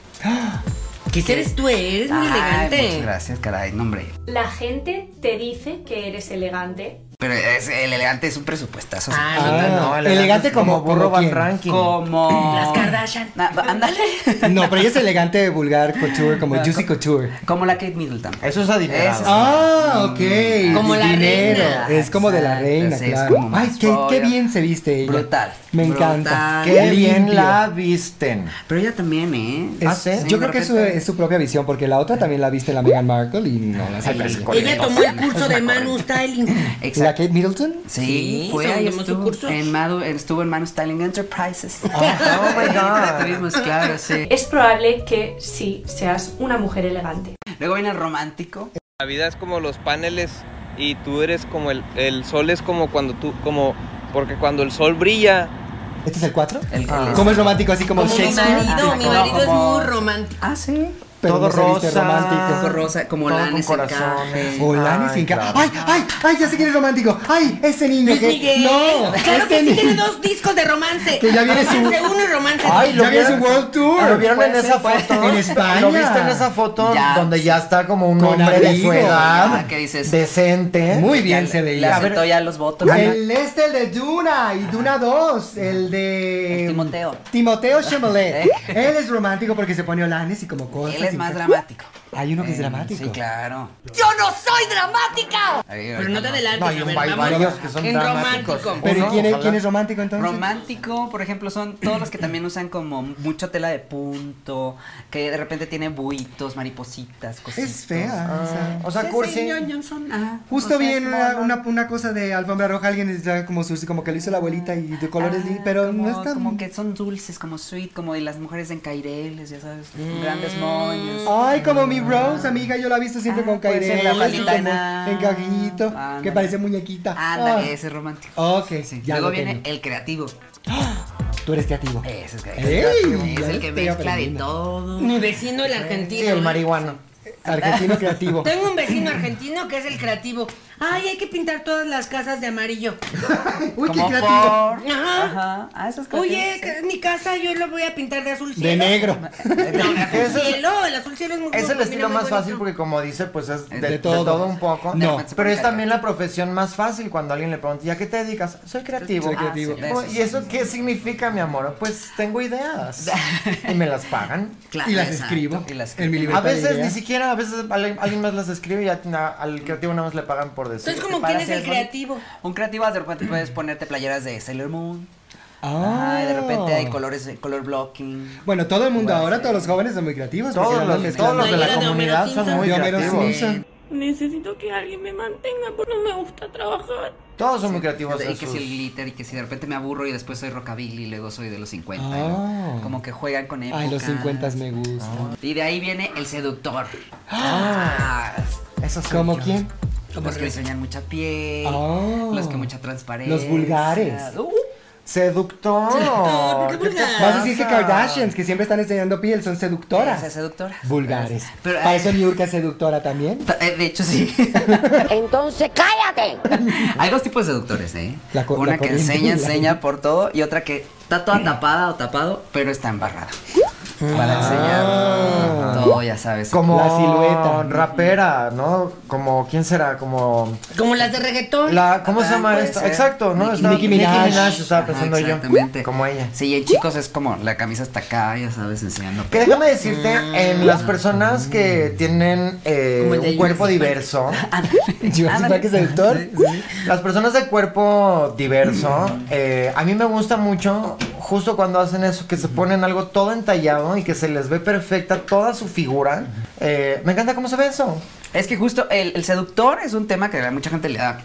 S2: ¿Qué eres tú? Eres muy
S5: Ay, muchas
S2: elegante.
S5: gracias, caray, no, hombre.
S8: La gente te dice que eres elegante.
S5: Pero es- el elegante es un presupuestazo. así.
S2: Ay,
S4: Ah, elegante como-
S1: burro
S4: como
S1: van
S4: quién.
S1: ranking.
S5: Como.
S2: Las Kardashian.
S5: Na- va- ándale.
S4: No, pero ella es elegante, vulgar, couture, como Juicy Couture.
S5: Como la Kate Middleton.
S1: Eso es adinerado.
S5: Ese es-
S4: Ah, ok.
S2: Como la
S4: Dinero.
S2: reina.
S4: Es como de la
S5: Exacto,
S4: reina,
S5: sí, es
S4: claro.
S5: como
S4: Ay,
S5: más
S4: qué, qué
S5: joya.
S4: bien se viste ella.
S5: Brutal.
S4: Me
S5: Brutal.
S4: encanta.
S1: Qué
S4: limpio.
S1: bien la visten.
S5: Pero ella también, ¿eh?
S4: Es-
S1: Ah, ¿sí?
S5: Sí,
S4: yo
S5: de
S4: creo que eso
S5: repente-
S4: es su propia visión, porque la otra también la viste la Meghan Markle y no la sacaste.
S2: Ella tomó el curso de Manu Styling.
S4: ¿La
S5: Exacto.
S4: Kate Middleton?
S5: Sí,
S2: Sí,
S5: fue
S2: se
S5: ahí
S2: tomó su
S5: estuvo
S2: curso.
S5: en, Madu- estuvo en Manu Styling Enterprises. Oh,
S1: my God.
S5: Estuvimos, claro, sí.
S8: Es probable que sí seas una mujer elegante.
S5: Luego viene el romántico.
S9: La vida es como los paneles y tú eres como el, el sol es como cuando tú, como, porque cuando el sol brilla,
S4: ¿Este es el 4?
S5: El, el-
S4: ¿Cómo es romántico? Así como,
S2: Como mi
S4: Shakespeare.
S2: marido, mi
S5: No,
S2: marido es
S5: como-
S2: muy romántico.
S5: Ah, sí.
S4: Pero
S1: Todo
S4: no se viste
S1: rosa.
S5: Poco
S4: romántico.
S5: rosa, como
S1: Todo
S5: lanes
S1: con
S5: en
S1: corazones.
S5: café.
S4: Olanes
S1: Ay,
S4: sin ca-
S1: claro.
S4: ¡Ay, ay, ay! Ya sé quién es romántico. ¡Ay, ese niño!
S2: Luis
S4: que-
S2: Miguel.
S4: ¡No!
S2: Claro
S4: este
S2: que sí
S4: ni-
S2: tiene dos discos de romance.
S4: Que ya viene su-
S2: Romance uno y romance
S1: Ay,
S2: dos.
S1: lo
S4: Ya
S1: vieron-
S4: vieron
S1: Ah,
S4: su World Tour.
S1: Lo vieron en
S4: Puede
S1: esa
S4: ser, puede-
S1: foto.
S4: en España.
S1: Lo viste en esa foto
S5: Ya.
S1: donde ya está como un
S4: Con
S1: hombre de su
S4: abrigo.
S1: edad.
S5: Ah, ¿qué dices?
S1: Decente.
S4: Muy bien
S5: Ya
S4: se
S5: le-
S4: veía.
S5: Le aceptó ya los votos.
S4: El este, el de Duna y Duna 2, el de...
S5: El Timoteo. Eh.
S4: Timoteo Chalamet. Él es romántico porque se pone olanes y como cosas.
S5: Él es
S4: y-
S5: más dramático.
S4: Hay uno que es
S5: Eh,
S4: dramático.
S5: Sí, claro. ¡Yo no soy dramática!
S2: Pero no te adelantes,
S1: No,
S2: a
S1: hay un-
S2: ver,
S1: hay
S2: vamos
S1: varios que son
S2: en
S1: dramáticos. eh.
S2: romántico.
S4: Pero
S1: Uno,
S4: ¿quién, es,
S1: ojalá.
S4: quién es romántico entonces?
S5: Romántico, por ejemplo, son todos los que también usan como mucho tela de punto, que de repente tiene buitos, maripositas, cositas.
S4: es
S5: Ah.
S4: fea. esa.
S1: Ah, O sea, cursi.
S4: Justo vi en una, una, una cosa de alfombra roja, alguien está como sus- como que lo hizo la abuelita y de colores, li- pero
S5: Ah, como,
S4: no está
S5: Como que son dulces, como sweet, como de las mujeres en caireles, ya sabes, grandes moños.
S4: Ay, como mi Rose, amiga, yo la he visto siempre
S5: Mm. Ah,
S4: con
S5: puede ser
S4: caireles
S5: la
S4: y
S5: palita
S4: como
S5: en la-
S4: en cajillito, que
S5: Ándale.
S4: parece muñequita.
S5: Ándale,
S4: Ah.
S5: ese es romántico.
S4: Ok,
S5: Sí.
S4: ya
S5: Luego
S4: lo
S5: viene
S4: tengo.
S5: el creativo.
S4: Tú eres creativo.
S5: Ese es
S4: Ey,
S5: creativo.
S4: ya
S5: es el que
S4: estoy
S5: mezcla de
S4: aprendiendo.
S5: todo.
S2: Mi vecino el
S1: Sí,
S2: argentino.
S1: el marihuano.
S4: Argentino creativo.
S2: Tengo un vecino argentino que es el creativo. Ay, hay que pintar todas las casas de amarillo.
S4: Uy, qué
S5: como
S4: creativo.
S5: por-
S2: Ajá.
S5: Ajá. Ah, eso es creativo,
S2: Oye,
S5: sí.
S2: que- mi casa yo la voy a pintar de azul cielo.
S4: De negro.
S2: No, de azul
S1: Eso es-
S2: cielo, el azul cielo es muy
S1: Es el
S2: combina
S1: estilo
S2: muy
S1: más fácil
S2: bonito.
S1: porque como dice, pues es de,
S5: de
S1: de todo.
S4: todo.
S1: un poco.
S4: No.
S1: Pero es también la profesión más fácil cuando alguien le pregunta, ¿ya qué te dedicas? Soy creativo.
S4: Soy creativo.
S5: Ah, sí, eso
S1: Oh, ¿Y eso qué significa, mi amor? Pues tengo ideas. y me las pagan.
S5: Claro,
S4: Y las
S5: exacto,
S4: escribo
S5: y las
S4: en mi
S5: escribo.
S4: libro.
S1: A
S4: Libertad de
S1: veces
S4: ideas.
S1: ni siquiera veces al- alguien más las escribe y a- na- al creativo nada más le pagan por decir.
S2: Entonces, como
S5: Para
S2: quién es el
S5: hacer-
S2: creativo.
S5: Un creativo de repente puedes ponerte playeras de Sailor Moon.
S4: Ah.
S5: Ajá, y de repente hay colores, color blocking.
S4: Bueno, todo el mundo ahora, todos los jóvenes son muy creativos. porque
S1: Todos
S4: andan
S1: los,
S4: mezclando
S1: todos los de
S2: Mañana
S1: la
S2: de Homero
S1: comunidad son
S2: Simpson.
S1: muy
S4: De Homero
S1: creativos.
S4: Simpson.
S8: Necesito que alguien me mantenga porque no me gusta trabajar.
S1: Todos son muy creativos.
S5: Y
S1: en
S5: que si el
S1: sus-
S5: glitter, y que si de repente me aburro y después soy rockabilly y luego soy de los 50. y
S4: Ah.
S5: luego Como que juegan con épocas. Oh.
S4: Ay, los 50 me gustan.
S5: Y de ahí viene el seductor. Ah.
S1: Esos son
S4: ¿Como
S1: yo.
S4: quién?
S5: Los que diseñan mucha piel,
S4: Ah.
S5: los que mucha transparencia.
S4: Los vulgares.
S5: Uh,
S1: Seductor.
S2: Seductor, ¿por qué
S1: ¿Qué te
S2: vulgar?
S4: Vas a decir que
S1: pasa?
S4: Kardashians, que siempre están enseñando piel, son seductoras.
S5: esas seductoras.
S4: Vulgares.
S5: Pero,
S4: Para
S5: eh,
S4: eso Niurka es seductora también.
S5: Ta- eh, De hecho, sí.
S10: Entonces cállate.
S5: Hay dos tipos de seductores, ¿eh?
S4: La co-
S5: Una
S4: la
S5: que
S4: corriente y
S5: enseña,
S4: la-
S5: enseña por todo y otra que está
S1: Mm.
S5: toda tapada o tapado, pero está embarrada. Para
S1: Ah.
S5: enseñar todo, ya sabes.
S1: Como
S4: La silueta.
S1: rapera, ¿no? Como, ¿quién será? Como...
S2: Como las de reggaetón.
S1: La, ¿Cómo se
S5: Ah,
S1: llama
S5: puede
S1: esta?
S5: ser.
S1: Exacto, ¿no?
S5: Nicki-
S1: Está-
S4: Nicki Minaj.
S1: estaba
S5: Ajá,
S1: pensando
S5: exactamente.
S1: yo. Como ella.
S5: Sí, y en chicos es como la camisa está acá, ya sabes, enseñando.
S1: Que déjame decirte, en las personas que tienen eh,
S5: Como el de
S1: un cuerpo
S5: Jurassic Park.
S1: diverso,
S4: Jurassic
S5: Ándale.
S4: Park es seductor.
S1: las personas de cuerpo diverso, eh, a mí me gusta mucho justo cuando hacen eso, que se ponen algo todo entallado y que se les ve perfecta toda su figura. Eh, me encanta cómo se ve eso.
S5: Es que justo el, el seductor es un tema que a mucha gente le da.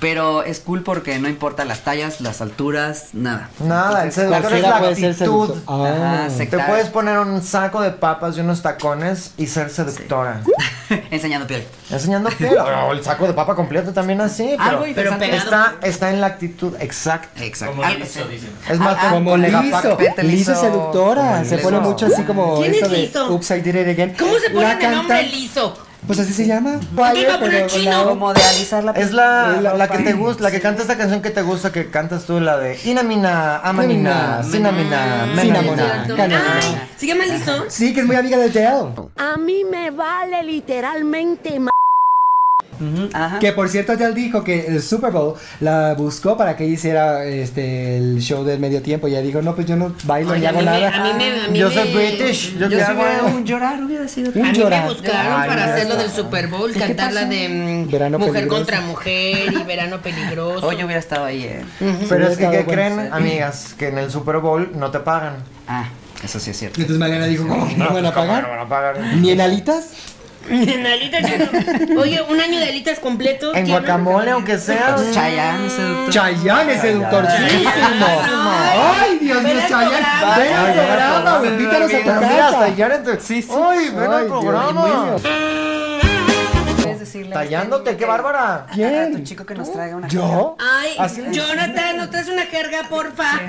S5: Pero es cool porque no importa las tallas, las alturas, nada.
S1: Nada, el seductor es la
S4: Cualquiera puede ser
S1: actitud.
S4: seductor. Ah.
S5: Ajá,
S1: Te
S5: sectaria.
S1: puedes poner un saco de papas y unos tacones y ser seductora.
S5: Enseñando piel.
S1: Enseñando piel. O el saco de papa completo también así. Pero,
S5: Algo interesante.
S1: pero está, está en la actitud exacta.
S5: Exacto. Ah,
S7: Como
S5: Algo-
S7: liso, dicen.
S1: Es más,
S5: Ah,
S4: Como
S1: con
S4: liso,
S1: Legapac
S5: Pete
S4: liso
S5: liso.
S4: es seductora,
S1: Como
S4: se
S1: liso.
S4: pone mucho así como
S2: ¿Quién es
S4: esto de
S2: liso?
S4: Oops, I did it again.
S2: ¿Cómo se
S4: La
S2: pone el nombre
S4: cantante-
S2: liso?
S4: Pues así se llama.
S2: Vaya, va a poner
S4: pero con la
S2: chino.
S4: O.
S5: Como de alisar la
S1: Es la,
S4: Es
S1: la,
S4: la
S1: que
S4: papa.
S1: te gusta, la que canta esta canción que te gusta, que cantas tú, la de Inamina, Amanina,
S4: Menina,
S1: Sinamina,
S4: menina,
S1: Menamina.
S4: sinamona. Canamona.
S2: Ay, ¿se llama liso?
S4: Sí, que es muy amiga de Adele.
S2: Ah.
S10: A mí me vale literalmente ma-
S5: Ujú, Ajá.
S4: Que por cierto Adele dijo que el Super Bowl la buscó para que ella hiciera este el show del medio tiempo y ella dijo, "No, pues yo no bailo
S2: Ay,
S4: ni
S2: a mí
S4: hago
S2: me-
S4: nada."
S2: a mí me- a mí
S1: Yo
S2: me-
S1: soy British, yo,
S5: Yo
S1: qué
S5: si
S1: hago.
S5: hubiera un llorar hubiera sido.
S4: Un
S2: A mí me
S4: llorar.
S2: buscaron
S1: Ay,
S2: para
S1: ya
S2: hacer lo
S1: está.
S2: del Super Bowl,
S5: ¿Qué
S2: cantar la
S5: pasó?
S2: de mm,
S4: Verano
S2: Mujer
S4: peligroso.
S2: contra Mujer y Verano Peligroso.
S5: Hoy yo hubiera estado ahí. eh.
S1: Pero
S4: Sí,
S1: es que, ¿qué
S4: estaba bueno.
S1: creen, amigas? Que en el Super Bowl no te pagan. Pues,
S5: Ah, eso sí es cierto.
S4: Entonces Mariana dijo, "¿Cómo que no van a
S1: ¿Cómo no
S4: pagar?
S1: van a pagar?
S4: ¿Ni en alitas?
S2: En alitas yo no. Oye, un año de alitas completo.
S1: En
S2: ¿quién?
S1: guacamole, aunque sea.
S5: Chayanne, seductor.
S4: Chayanne es seductorcísimo. Ay, Dios mío,
S2: Ven al
S4: Chayanne.
S2: programa.
S4: Ven
S1: Ay, ven
S4: al
S1: al
S4: programa,
S1: programa.
S4: güey, invítanos a tu
S1: Pero mira, hasta
S4: casa.
S1: ya no te- Ay, ven al
S4: Ay, Dios
S1: programa.
S4: mío.
S5: Puedes decirle a este
S1: Tallándote,
S5: niño
S1: qué
S5: que-
S1: bárbara.
S4: ¿Quién?
S5: A tu chico que nos traiga una.
S4: ¿Yo?
S2: Ay,
S1: Así es.
S2: Jonathan, ¿nos traes una jerga, porfa?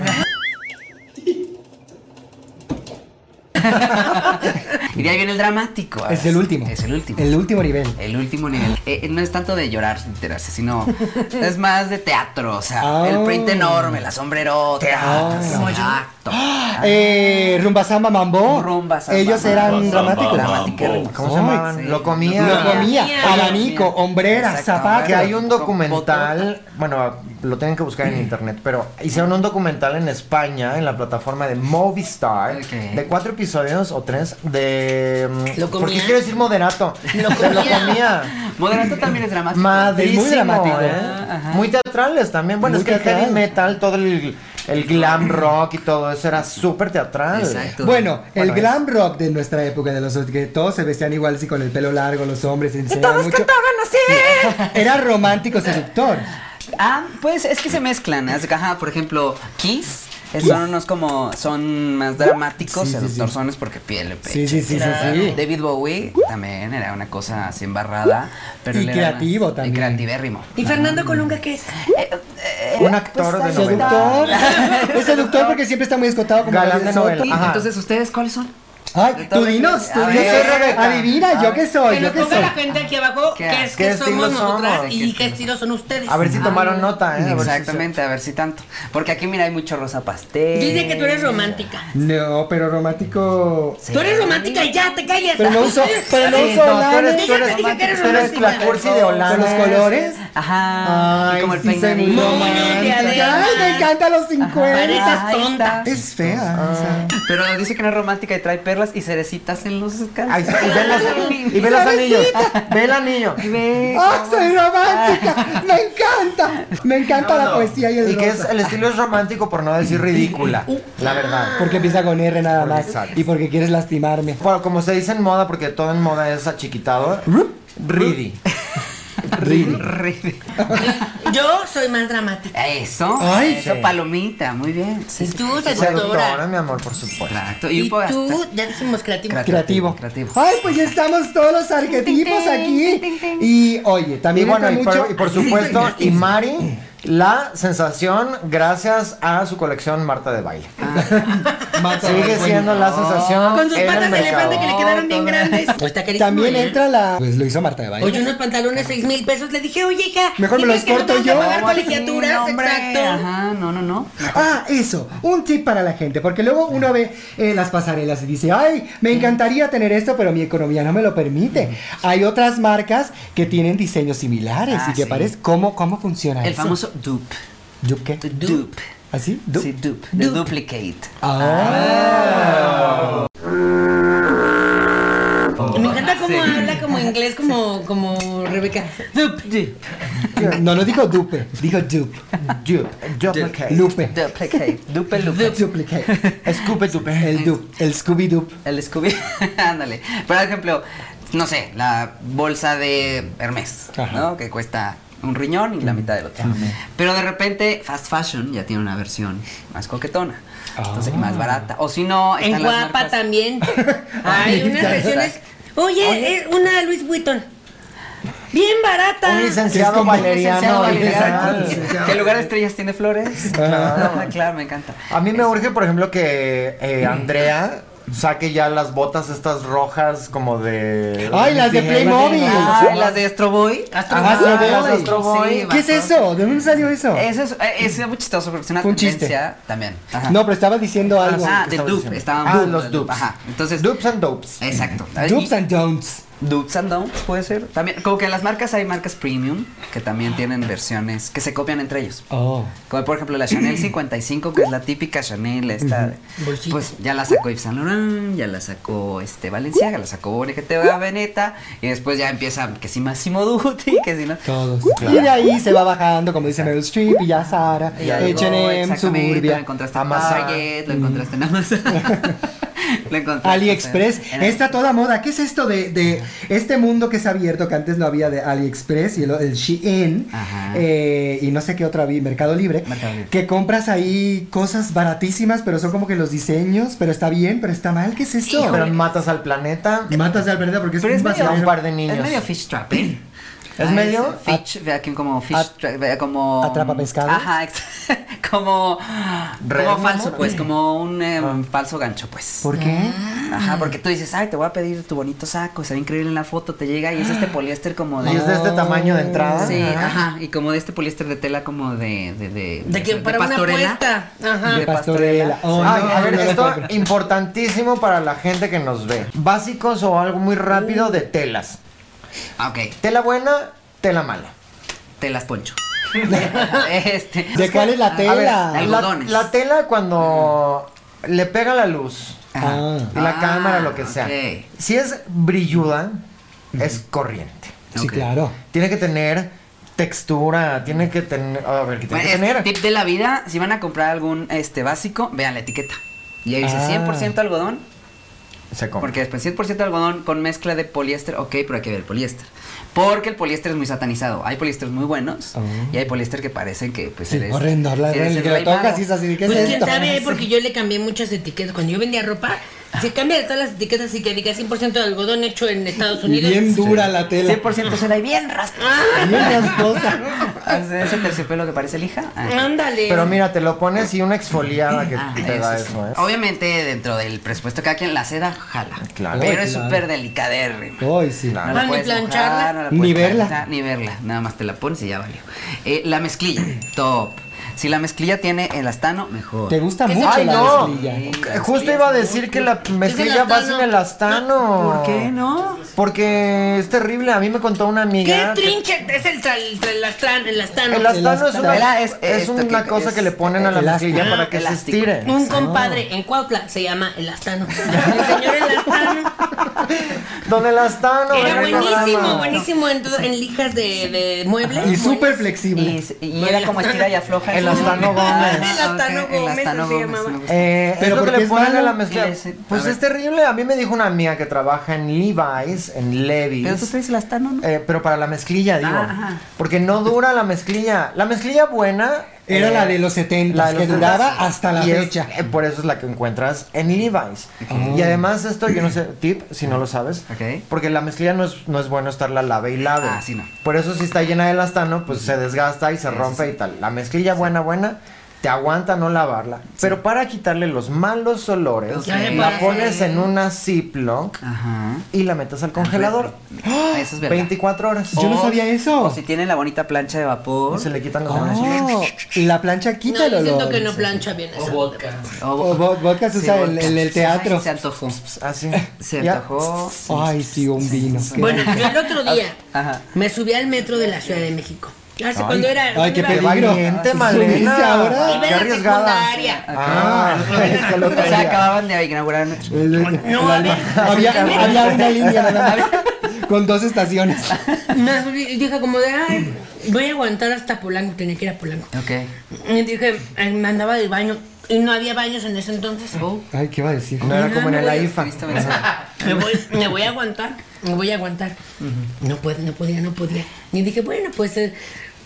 S5: Y de ahí viene el dramático. ahora
S4: Es el
S5: sí.
S4: último.
S5: Es el último.
S4: El último nivel.
S5: El último nivel. Eh, no es tanto de llorar, sin enterarse, sino es más de teatro. O sea,
S4: Ah.
S5: el print enorme, la sombrerota.
S4: Teatro.
S5: Exacto.
S4: Eh, rumba samba mambo.
S5: Rumba, samba,
S4: Ellos eran
S5: mambo.
S4: dramáticos.
S5: Dramática,
S7: Mambo.
S5: hermosa.
S1: ¿Cómo se llamaban?
S5: Sí.
S1: Lo comía.
S4: Lo comía,
S2: Mía.
S4: abanico, hombrera,
S5: Exacto.
S4: zapato.
S1: Que hay un
S5: Con
S1: documental, bueno, lo tienen que buscar en internet, pero hicieron un documental en España, en la plataforma de Movistar,
S5: Ok.
S1: de cuatro episodios o tres, de... mm,
S2: Lo
S1: ¿Por qué
S2: comía.
S1: quiero decir moderato?
S2: Lo
S1: De lo
S2: comía.
S1: comía.
S5: Moderato también es dramático.
S1: Madrísimo,
S4: Muy dramático.
S1: ¿eh?
S5: Ajá.
S1: Muy teatrales también. Bueno,
S4: Muy
S1: es que el heavy
S4: teatral.
S1: metal, todo el, el glam rock y todo eso era súper teatral.
S5: Exacto.
S4: Bueno, el
S1: Bueno, es-
S4: glam rock de nuestra época, de los que todos se vestían igual, así con el pelo largo, los hombres, se enseñaban mucho. Era romántico seductor.
S5: Ah, pues es que se mezclan. haz de que, Ajá, por ejemplo, Kiss. eh, Son unos como, son más dramáticos,
S4: Sí, sí, sí.
S5: seductorzones porque piel de pecho.
S4: Sí, sí, sí, sí, sí.
S5: David Bowie también era una cosa así embarrada. Pero
S4: Y
S5: él era
S4: creativo
S5: más-
S4: también.
S5: Y creativérrimo.
S2: ¿Y Fernando Colunga qué es?
S1: Un actor
S4: pues,
S1: de novela.
S4: Seductor. es seductor porque siempre está muy escotado como
S1: Galán
S4: Gabriel
S1: de
S4: Soto.
S1: novela. Ajá.
S5: Entonces, ¿ustedes cuáles son?
S4: Ay, tú dinos, tú
S5: A
S4: dinos.
S5: ver,
S1: Rebeca.
S4: Adivina, ¿yo qué soy,
S2: Que nos
S4: yo qué
S2: ponga la
S4: soy.
S2: gente aquí abajo
S5: ¿Qué
S2: qué, es
S1: qué
S2: que somos
S1: estilo somos?
S2: nosotras
S5: ¿Qué
S2: y qué estilo son ustedes.
S1: A ver si tomaron nota, ¿eh? A ver si-
S5: Exactamente, a ver si tanto. Porque aquí, mira, hay mucho rosa pastel.
S2: Dice que tú eres romántica.
S4: No, pero romántico.
S5: Sí.
S2: Tú eres romántica y ya, te callas.
S4: Pero no uso, pero no
S1: Sí,
S4: uso
S1: no, tú eres,
S4: labios.
S1: tú eres,
S2: Dije que eres
S1: tú eres la
S2: romántica.
S1: cursi de Holanda.
S4: Con los colores.
S5: Ajá. y
S4: Ay,
S5: como el
S4: sí soy
S5: peinadito.
S4: muy
S2: Mónica de
S4: romántica. Ay, me
S2: Alma.
S4: encantan los 50.
S2: Pareces
S5: Ahí
S2: tonta.
S5: está.
S4: Es fea. o sea.
S5: Pero dice que no es romántica y trae perlas y cerecitas en los
S1: Ahí
S5: calzones.
S1: está, y ve los, y ve los anillos. Ve el anillo.
S5: Y ve
S4: ¡Ah,
S5: cómo-
S4: soy romántica! ¡Me encanta! Me encanta la poesía y el
S1: Y que es,
S4: rosa.
S1: el estilo es romántico por no decir ridícula, la verdad.
S4: Porque empieza con R nada más.
S1: Exacto.
S4: Y porque quieres lastimarme.
S1: Bueno, como se dice en moda, porque todo en moda es achiquitado. Ridi.
S5: Re-
S2: Yo soy más dramática.
S5: Eso.
S1: Ay,
S5: eso,
S1: sí.
S5: palomita. Muy bien.
S2: Y tú,
S1: Seductora,
S2: pues, seductora.
S1: mi amor, por supuesto.
S5: Exacto.
S2: Y
S5: un poco
S2: tú,
S5: hasta-
S2: ya decimos creativo.
S4: Creativo.
S5: Creativo.
S4: Ay, pues ya estamos todos los arquetipos aquí. Y oye,
S1: Y
S4: también
S1: bueno,
S4: está
S1: y
S4: mucho.
S1: por, y por supuesto, y Mari, la sensación gracias a su colección Marta de Baile.
S4: Mata-
S1: Sigue
S4: bueno,
S1: siendo la sensación
S2: Con sus
S1: en
S2: patas
S1: el
S2: de elefante que
S1: mercado.
S2: le quedaron bien grandes. Pues está carísimo,
S4: También
S2: ¿eh?
S4: entra la. Pues lo hizo Marta de Baile.
S2: Oye, unos pantalones seis mil pesos. Le dije, oye, hija.
S4: Mejor me
S2: ¿y
S4: los
S2: crees que no
S4: corto
S2: tengo que
S4: yo?
S2: pagar
S4: Vamos,
S5: Sí,
S2: colegiaturas,
S5: hombre,
S2: exacto.
S5: Ajá, no, no, no.
S4: Ah, eso, un tip para la gente, porque luego uno ve eh, las pasarelas y dice, ay, me encantaría tener esto, pero mi economía no me lo permite. Hay otras marcas que tienen diseños similares
S5: Ah,
S4: y que
S5: sí.
S4: parece, ¿cómo, cómo funciona
S5: El
S4: eso?
S5: famoso dupe.
S4: ¿Dupe qué?
S5: Dupe.
S4: ¿Así? ¿Dupe?
S5: Sí, Ah. dupe. De duplicate.
S4: Ah.
S2: Me encanta cómo habla como inglés, como, como Rebeca.
S5: Dupe, dupe.
S4: No, no dijo dupe, dijo dupe.
S1: Dupe, duplicate.
S4: Lupe.
S5: Duplicate. Dupe, lupe.
S4: Duplicate.
S1: Scoop it, dupe.
S4: El dupe, el Scooby-Doo.
S5: El Scooby. Ándale. Por ejemplo, no sé, la bolsa de Hermes,
S4: Ajá.
S5: ¿no? Que cuesta un riñón y la mitad del otro. Pero de repente, fast fashion ya tiene una versión más coquetona. Entonces, y
S4: Ah.
S5: más barata. O si no,
S2: En
S5: están las
S2: guapa
S5: marcas-
S2: también. Hay unas
S4: ya.
S2: versiones. Oye, eh, una Luis Vuitton. Bien barata.
S1: Un
S4: Es
S1: licenciado
S4: como-
S1: valeriano.
S5: Valeriano.
S1: artesanal.
S5: ¿Qué lugar de estrellas tiene flores?
S4: Ah.
S5: Claro, claro, me encanta.
S1: A mí me urge, por ejemplo, que eh, Andrea saque ya las botas estas rojas como de...
S4: Ay, las de Playmobil.
S5: Ah, las de Astro Boy. Astro
S4: Ajá,
S5: Boy.
S4: Astro Boy.
S5: Las de Astro Boy.
S1: ¿Qué
S4: ¿Qué es eso? ¿De dónde salió eso?
S5: Eso es, eh, eso es muy chistoso porque es una
S4: Fue un chiste.
S5: tendencia también. Ajá.
S4: No, pero estaba diciendo algo.
S5: Ah, de
S1: Estaba
S5: dupe,
S1: diciendo.
S5: estaban
S1: Ah,
S5: dupe,
S1: los
S5: de
S1: dupes.
S5: Ajá. Entonces,
S1: Dupes and dopes.
S5: Exacto.
S4: Dupes
S5: Y-
S4: and don'ts.
S5: dupes and don'ts puede ser. También, como que en las marcas hay marcas premium que también tienen versiones que se copian entre ellos.
S4: Oh.
S5: Como por ejemplo la Chanel 55, que es la típica Chanel esta. de- Pues ya la sacó Yves Saint Laurent, ya la sacó este Valenciaga, la sacó Bonegeteo Veneta, y después ya empieza que si Massimo Dutti, que si no.
S4: Todos. Y de ahí se va bajando, como dice Meryl Streep, y ya Sara,
S5: Y ya llegó,
S4: H&M,
S5: exactamente, Lo
S4: Suburbia,
S5: encontraste
S1: Amazon.
S5: en Target, lo encontraste en Amazon. lo encontraste
S4: AliExpress.
S5: en- en-
S4: Está toda moda. ¿Qué es esto de, de este mundo que se ha abierto que antes no había de AliExpress y el, el Shein
S5: Ajá.
S4: eh, y no sé qué otra había, Mercado Libre,
S5: Mercado Libre.
S4: que compras ahí cosas baratísimas, pero son como que los diseños, pero está bien, pero está mal. ¿Qué es eso?
S1: Pero matas al planeta.
S4: Matas de verdad porque es
S5: Pero
S4: un
S5: es medio-
S1: A un
S4: basurero.
S1: par de
S5: Es
S1: niños.
S5: medio fish trap, ¿eh?
S1: Es
S5: Ah,
S1: medio
S5: fish, vea que como fish
S4: at-
S5: trap, vea como mm,
S4: atrapa pescados.
S5: Ajá, ex- como
S1: Red,
S5: como
S1: mi
S5: falso,
S1: amor.
S5: pues, como un eh,
S1: Ah.
S5: falso gancho, pues.
S4: ¿Por qué?
S5: Ajá, porque tú dices, "Ay, te voy a pedir tu bonito saco, se ve increíble en la foto", te llega y es este poliéster como de
S1: Y es de este tamaño de entrada.
S5: Sí,
S1: Ajá.
S5: ajá. y como de este poliéster de tela como de de de
S2: De que para una apuesta. Ajá.
S4: De pastorela. Oh,
S1: Ay,
S4: no,
S1: a ver,
S4: no, no,
S1: esto
S4: no, no.
S1: importantísimo para la gente que nos ve. Básicos o algo muy rápido de telas. Oh.
S5: Ah, Ok,
S1: Tela buena, tela mala.
S5: telas poncho. este,
S4: ¿De cuál es la
S5: A ver,
S4: tela?
S5: de
S1: La,
S5: algodones.
S1: la tela cuando le pega la luz,
S5: Ajá.
S4: Ah.
S1: la
S5: Ah,
S1: cámara, lo que sea.
S5: ok.
S1: Si es brilluda, es corriente.
S4: Sí,
S5: Ok.
S4: claro.
S1: Tiene que tener textura, tiene que tener... A ver, ¿qué tiene
S5: Bueno,
S1: que
S5: es
S1: tener?
S5: tip de la vida, si van a comprar algún este básico, vean la etiqueta. Y ahí dice
S4: Ah.
S5: 100% algodón,
S1: Se come.
S5: porque después 100% algodón con mezcla de poliéster, ok, pero hay que ver el poliéster. Porque el poliéster es muy satanizado. Hay poliéster muy buenos
S4: Ah.
S5: y hay poliéster que parece que pues
S4: Sí,
S5: eres-
S4: horrendo. La,
S5: eres
S4: el
S5: el
S4: que lo
S5: rey
S4: tocas
S5: mago.
S4: y es así, ¿qué es
S2: Pues quién
S4: esto?
S2: sabe, porque yo le cambié muchas etiquetas. Cuando yo vendía ropa, se cambia de todas las etiquetas y que diga 100% de algodón hecho en Estados
S4: Y
S2: Unidos.
S4: bien dura la tela.
S5: 100% suena y bien raspa.
S4: Bien rasposa.
S5: Ese terciopelo que parece lija. Ah.
S2: Ándale.
S1: Pero mira, te lo pones y una exfoliada que
S5: Ah,
S1: te da
S5: eso sí.
S1: eso, ¿eh?
S5: Obviamente dentro del presupuesto cada quien la seda jala.
S1: Claro.
S5: Pero
S4: Claro.
S5: es súper delicadérrima.
S4: Ay, sí.
S5: No
S2: Ah,
S5: la
S2: ni
S5: puedes
S2: plancharla.
S5: mojar, no la
S4: Ni
S5: puedes
S4: verla.
S5: planchar, ni verla. Nada más te la pones y ya valió. Eh, la mezclilla, top. Si la mezclilla tiene elastano, mejor.
S4: Te gusta
S2: ¿Qué se-
S4: mucho
S1: ¡Ay,
S4: la
S1: no!
S4: mezclilla.
S1: Justo iba a decir que la mezclilla va sin elastano.
S5: ¿Por qué no?
S1: Porque es terrible. A mí me contó una
S2: ¿Qué
S1: amiga. que-
S2: trinche es el, tra- el, tra- el astran- el astano?
S1: El astano es una,
S5: Ela-
S1: es,
S5: es- esto
S1: una
S5: que-
S1: cosa
S5: es
S1: que le ponen a la
S4: elástico.
S1: mejilla para que
S5: Elástico.
S1: se estire.
S2: Un compadre en Cuautla se llama el astano. El señor el astano.
S1: Don el astano.
S2: Era
S1: ven al
S2: buenísimo,
S1: programa.
S2: buenísimo en, todo- en lijas de, de muebles.
S4: Y súper flexible.
S5: Y, y era como estira y afloja. Ah,
S1: El Astano Gómez.
S2: El Astano Gómez, así se llamaba.
S1: Eh,
S4: Pero
S1: es lo que
S4: ¿por qué
S1: le
S4: es
S1: ponen a
S4: malo?
S1: la mezcla.
S5: Y le dicen,
S1: Pues
S5: a
S1: es
S5: ver.
S1: terrible. A mí me dijo una amiga que trabaja en Levi's, en Levi's.
S5: Pero tú traes el Astano, ¿no?
S1: Eh, pero para la mezclilla, digo.
S5: Ah, ajá.
S1: Porque no dura la mezclilla. La mezclilla buena.
S4: Era
S1: eh,
S4: la de los 70,
S1: la de
S4: que
S1: los
S4: duraba
S1: 70s.
S4: hasta la
S1: Y es-
S4: fecha.
S1: eh, por eso es la que encuentras en Levi's. Y además, esto, yo no sé, tip, si no lo sabes.
S5: Ok.
S1: Porque la mezclilla no es, no es bueno estarla lave y lave.
S5: Ah, sí, no.
S1: Por eso, si está llena de elastano, pues se desgasta y se
S5: Sí,
S1: rompe
S5: sí,
S1: y tal. La mezclilla buena, buena. Te aguanta no lavarla. Pero para quitarle los malos olores,
S5: Ok.
S1: la pones en una Ziploc
S5: Ajá.
S1: y la metes al congelador.
S5: Ah, Eso es verdad.
S1: 24 horas.
S4: Yo no sabía
S5: O
S4: eso.
S5: si tienen la bonita plancha de vapor.
S1: Se le quitan los olores.
S4: Oh, la plancha
S2: No,
S4: quita el
S2: yo siento
S4: olor.
S2: que no plancha bien esa.
S4: O vo- vodka se usa
S5: Sí,
S4: en,
S5: vodka.
S4: en el teatro.
S5: Ay, Se antojó.
S1: Así.
S5: Se
S1: Ya.
S5: antojó.
S4: Ay, sí, un vino. qué
S2: Bueno,
S4: rico.
S2: yo el otro día
S5: Ajá.
S2: me subí al metro de la Ciudad de México. Hace cuando era.
S4: ay, qué
S2: iba-
S1: Qué
S4: peligro.
S1: valiente,
S4: Sí,
S1: Malena.
S4: sí, ahora.
S2: Iba en
S1: Qué
S2: la
S1: arriesgada.
S2: secundaria.
S1: Ah, es que lo
S5: O sea,
S1: traía.
S5: acababan de inaugurar el metro.
S2: No, a ver.
S4: había, había una línea nada más, con dos estaciones.
S2: Me subí y dije como de, ay, voy a aguantar hasta Polanco. Tenía que ir a Polanco.
S5: Ok.
S2: Y dije, eh, me andaba del baño. Y no había baños en ese entonces.
S4: Ay, ¿qué va a decir?
S1: No era como en la IFA.
S5: Listo, mira.
S2: Me voy, me voy a aguantar, me voy a aguantar. No puede, no podía, no podía. Y dije, bueno, pues eh,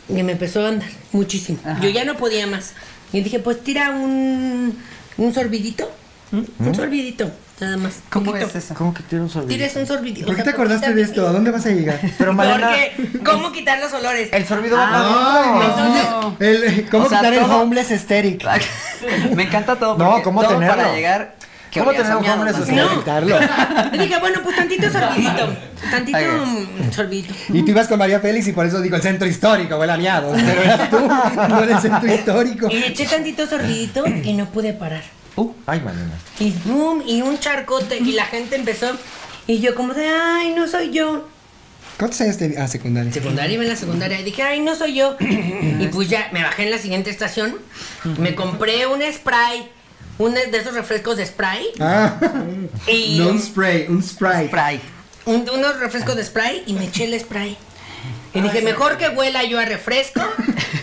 S2: y me empezó a andar muchísimo. Yo ya no podía más. Y dije, pues tira un, un sorbidito,
S4: ¿Mm?
S2: un sorbidito, nada más.
S5: ¿Cómo
S2: poquito.
S5: es eso?
S1: ¿Cómo que tiene un sorbidito?
S2: Tires un sorbidito.
S4: ¿Por
S2: o sea,
S4: qué te acordaste de esto? ¿A dónde vas a llegar?
S1: Pero Malena,
S2: Porque, ¿cómo quitar los olores?
S1: el sorbido va
S4: Ay,
S1: para adentro.
S4: Dios mío. El- ¿Cómo
S5: O sea,
S4: quitar el
S5: todo-
S4: homeless aesthetic?
S5: Me encanta todo.
S1: No,
S5: porque
S1: ¿cómo
S5: todo
S1: tenerlo?
S5: Para llegar. que
S1: ¿Cómo
S5: olía a
S1: tener un
S5: soñado,
S1: homeless
S5: más
S1: aesthetic?
S5: bien.
S4: Quitarlo.
S2: Y dije, bueno, pues tantito sorbidito, tantito
S5: Ok.
S2: mm, sorbidito.
S4: Y tú ibas con María Félix y por eso digo el centro histórico, huele a miados. Pero eras tú, no era el centro histórico.
S2: Y le eché tantito sorbidito y no pude parar.
S5: Uh,
S1: Ay, Malena.
S2: y boom, y un charcote, y la gente empezó, y yo como de, ay, no soy yo.
S4: ¿Cuántos años te Ah, secundaria.
S2: Secundaria, iba en la secundaria, y dije, ay, no soy yo. y pues ya, me bajé en la siguiente estación, me compré un spray, un de esos refrescos de spray,
S4: Ah,
S2: y
S4: no un spray, un spray.
S5: Spray.
S2: un- unos refrescos de spray, y me eché el spray. Y dije, mejor que huela yo a refresco,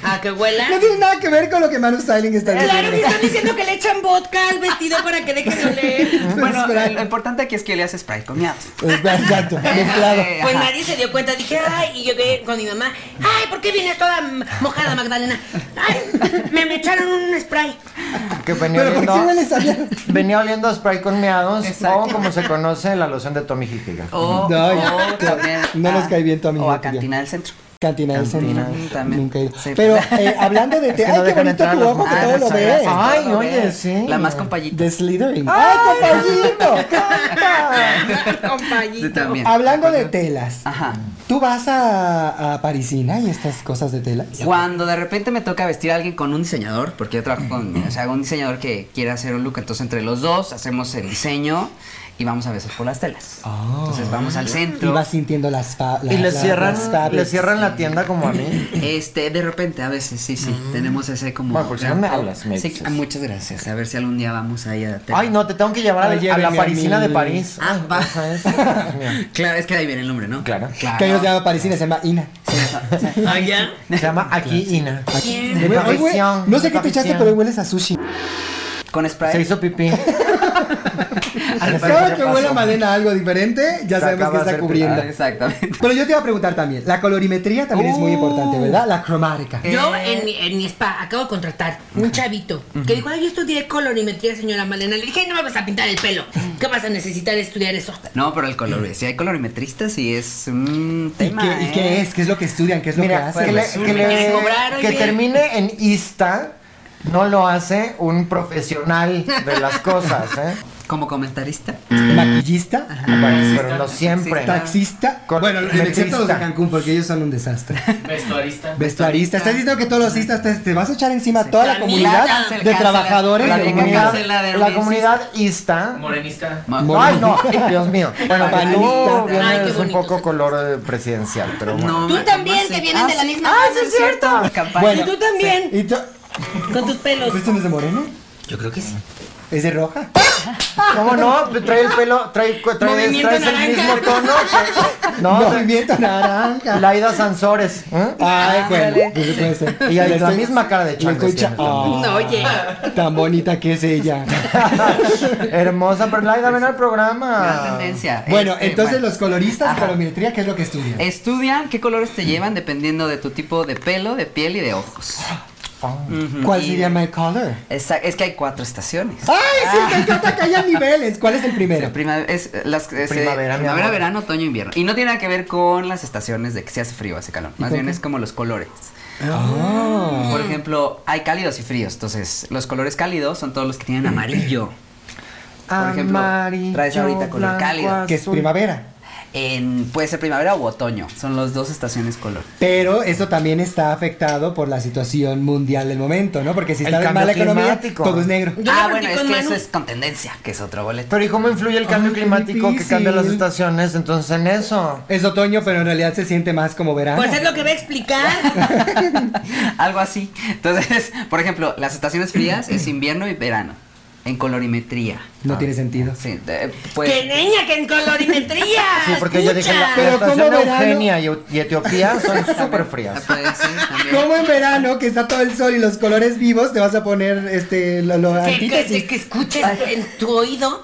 S2: a que huela...
S4: No tiene nada que ver con lo que Manu Styling está
S2: Claro que
S4: diciendo.
S2: están diciendo que le echan vodka al vestido para que deje de oler.
S5: Bueno,
S4: Spray.
S5: lo importante aquí es que olías spray con miados.
S4: Exacto, mezclado.
S5: Eh,
S2: Pues
S5: ajá.
S2: nadie se dio cuenta, dije, ay, y yo que con mi mamá, ay, ¿por qué vienes toda m- mojada, Magdalena? Ay, me, me echaron un spray.
S1: Que venía
S4: Pero ¿por qué
S1: oliendo.
S4: hueles a miados?
S1: Venía oliendo a spray con meados
S5: Exacto. Oh.
S1: o como se conoce la loción de Tommy Hilfiger.
S5: O,
S4: No,
S5: o
S4: ya.
S5: también
S4: No nos
S5: a-
S4: cae bien tu amigo
S5: O a
S4: tuyo.
S5: cantina del centro.
S4: Cantina del
S5: Cantina,
S4: centro.
S5: también.
S4: Nunca he ido.
S5: Sí.
S4: Pero eh, hablando de te,
S1: que
S4: ay,
S1: no
S4: qué
S1: dejan
S4: bonito
S1: entrar
S4: tu
S1: las
S4: ojo que
S5: Ah,
S1: mujeres.
S4: todo lo
S5: nuestra
S4: ve.
S5: gracia,
S1: Ay,
S5: todo lo
S1: oye,
S5: ve.
S1: sí.
S5: La más compayita.
S4: De Slytherin. ¡Ay, compañero!
S5: Sí,
S2: Compañito.
S5: también.
S4: Hablando de telas,
S5: Ajá.
S4: ¿tú vas a, a Parisina y estas cosas de telas?
S5: Cuando de repente me toca vestir a alguien con un diseñador, porque yo trabajo con o sea, un diseñador que quiere hacer un look, entonces entre los dos hacemos el diseño y vamos a veces por las telas.
S1: Ah.
S5: Entonces vamos al
S4: Y
S5: centro.
S4: vas sintiendo las fa- la-
S1: Y le
S4: la- las
S1: cierran, le
S4: fabrics.
S1: cierran la tienda como a mí.
S5: Este, de repente, a veces, sí, sí. Tenemos ese como.
S1: Mm. Bueno, porque si no me hablas, me
S5: Sí,
S1: dices.
S5: ah, muchas gracias. A ver si algún día vamos ahí a.
S1: Ay, no, te tengo que llevar a,
S4: Oye,
S1: a la
S4: venga,
S1: parisina
S4: mi-
S1: de París.
S5: Ah,
S1: Ay,
S5: va.
S1: esa es. Dios mío.
S5: Claro, es que ahí viene el nombre, ¿no?
S1: Claro.
S5: claro.
S4: Que ellos llaman Parisina, se llama Ina.
S2: Allá.
S1: Se llama Aquí Ina.
S4: Hoy hue- no sé qué te echaste, pero hoy hueles a sushi.
S5: Con spray.
S1: Se hizo pipí. Al
S4: Cada
S1: parecer
S4: que huele a
S1: pasó.
S4: Malena algo diferente, ya
S1: Se
S4: sabemos que
S1: acaba de
S4: está
S1: hacer
S4: cubriendo.
S5: Ah, Exactamente.
S4: Pero yo te iba a preguntar también, la colorimetría también es muy
S5: Uh.
S4: importante, ¿verdad? La cromática.
S2: Yo en mi, en mi spa acabo de contratar un chavito que dijo, ay, yo estudié colorimetría, señora Malena. Le dije, "Ay, no me vas a pintar el pelo. ¿Qué vas a necesitar estudiar eso?
S5: No, pero el color. Si hay colorimetristas y es un
S4: ¿Y
S5: tema.
S4: qué, y qué
S5: ¿eh?
S4: es? ¿Qué es lo que estudian? ¿Qué es lo
S1: Mira,
S4: que hacen?
S1: que, le- que le-
S2: Me cobraron
S1: que
S2: bien.
S1: termine en ista no lo hace un profesional de las cosas, ¿eh?
S5: Como comentarista.
S4: Maquillista,
S1: Ah, pero no siempre.
S4: taxista. Bueno, excepto los de Cancún, porque ellos son un desastre.
S11: Vestuarista.
S4: Vestuarista. ¿Estás diciendo que todos los istas te, te vas a echar encima a toda la
S1: Cancel,
S4: comunidad
S1: cancel,
S4: de
S1: cancel.
S4: trabajadores?
S1: La
S4: de
S1: comunidad-
S4: comunidad-
S1: la comunidad ista.
S11: Morenista.
S1: Ay, no, Dios mío. Bueno, para mí
S4: Panista.
S1: viene
S4: Ay, qué
S1: es un
S4: bonito
S1: poco color eh, presidencial, pero bueno.
S2: Tú también te vienes de la misma
S1: Ah,
S2: base,
S1: sí, es cierto.
S2: y tú también.
S4: ¿Y tú?
S2: Con tus pelos.
S4: ¿Esto no es de moreno?
S11: Yo creo que sí.
S4: ¿Es de roja?
S1: ¿Cómo no? Trae el pelo, trae, trae, trae,
S4: Movimiento
S1: el
S4: naranja.
S1: mismo tono. que- No,
S4: Movimiento naranja.
S1: Laida Sansores. ¿eh?
S4: Ay, bueno, pues, puede ser.
S1: Y hay
S4: Le
S1: la
S4: estoy-
S1: misma cara de
S4: La
S1: chango.
S4: escucha. Ah,
S1: tiene también.
S2: No, oye.
S4: Tan bonita que es ella.
S1: Hermosa, pero Laida, ven al
S5: Gran
S1: programa.
S5: tendencia.
S4: Bueno,
S5: Este,
S4: entonces
S5: bueno.
S4: los coloristas de colorimetría, ¿qué es lo que estudian?
S5: Estudian qué colores te llevan dependiendo de tu tipo de pelo, de piel y de ojos. Ujú,
S4: ¿Cuál
S5: y-
S4: sería my color?
S5: Esa- es que hay cuatro estaciones.
S1: Ah.
S4: ¡Ay, sí, me encanta que haya niveles! ¿Cuál es el primero?
S5: Prima- es, eh, las, eh, se-
S1: Primavera, mi
S5: primavera,
S1: amor.
S5: verano, otoño, invierno. Y no tiene nada que ver con las estaciones de que se hace frío, hace calor. Más
S4: con
S5: bien
S4: qué?
S5: es como los colores.
S4: Ah.
S1: Mm.
S5: Por ejemplo, hay cálidos y fríos. Entonces, los colores cálidos son todos los que tienen amarillo. Por ejemplo,
S1: Amarillo,
S5: traes ahorita color
S1: blanco,
S5: cálido.
S4: Que es
S1: azul.
S4: primavera.
S5: En, puede ser primavera o otoño. Son las dos estaciones color.
S4: Pero eso también está afectado por la situación mundial del momento, ¿no? Porque si
S1: El
S4: está en
S1: cambio
S4: mala economía,
S1: climático.
S4: todo es negro.
S2: Yo
S5: ah,
S2: la
S5: bueno,
S2: partí
S5: es
S2: con
S5: que
S2: Manu.
S5: eso es con tendencia, que es otro boleto.
S1: Pero ¿y cómo influye el cambio
S4: Ay, qué
S1: climático que cambia las
S4: difícil.
S1: estaciones? Entonces en eso.
S4: Es otoño, pero en realidad se siente más como verano.
S2: Pues es lo que va a explicar.
S5: Algo así. Entonces, por ejemplo, las estaciones frías es invierno y verano. En colorimetría.
S4: No tiene sentido.
S5: Sí, eh, pues-
S2: ¡Qué niña, que en colorimetría!
S1: Sí,
S4: Ah,
S1: porque yo dije, la, la
S4: Pero ¿cómo
S1: estación de
S4: verano?
S1: Eugenia y, Eu- y Etiopía son súper
S5: Ah,
S1: frías.
S5: puede ser también.
S4: Como en verano, que está todo el sol y los colores vivos, te vas a poner este lo, lo
S2: Que, que-
S4: antítesis.
S2: que escuches en tu oído,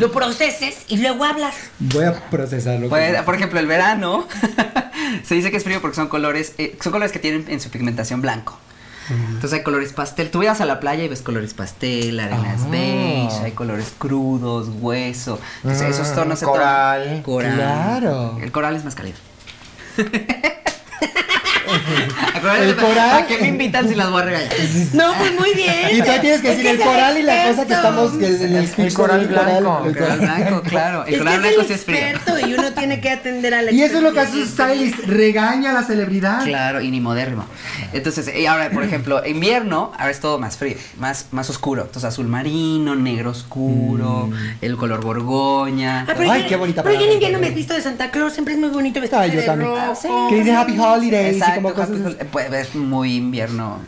S2: lo proceses y luego hablas.
S4: Voy a procesarlo.
S5: Pues, por ejemplo, el verano se dice que es frío porque son colores, eh, son colores que tienen en su pigmentación blanco. Entonces hay colores pastel. Tú vas a la playa y ves colores pastel, arenas beige, hay colores crudos, hueso. Entonces esos
S1: Mm,
S5: tonos se
S1: coral.
S5: toman- Coral.
S4: Claro.
S5: El coral es más cálido. Acuérdate,
S4: El coral-
S5: ¿A qué me invitan si las voy a regalar?
S2: No, pues muy bien.
S4: Y todavía tienes que
S2: Es
S4: decir el
S2: ser
S4: coral y la cosa
S2: experto.
S4: que estamos. que el, speech
S1: coral
S4: del
S1: blanco,
S4: el
S5: El coral blanco, claro. El
S2: Es que
S5: coral
S2: es
S5: blanco
S2: el
S5: sí es frío.
S2: experto y uno tiene que atender a la
S4: Y eso es lo que hace
S2: experiencia.
S4: un stylist, regaña a la celebridad.
S5: Claro, y ni moderno. Entonces, y ahora, por ejemplo, invierno, ahora es todo más frío, más, más oscuro. Entonces, azul marino, negro oscuro, el color borgoña.
S2: Ah, pero
S4: Ay,
S2: yo-
S4: qué bonita
S2: Pero yo en
S4: palabra,
S2: invierno me he
S4: perdón.
S2: visto de Santa Claus, siempre es muy bonito vestirse
S4: Ah, yo
S2: de
S4: también.
S2: rojo.
S4: Que dice Happy Holidays y como
S5: Exacto,
S4: cosas
S5: happy
S4: así.
S5: hol- pues, es muy invierno.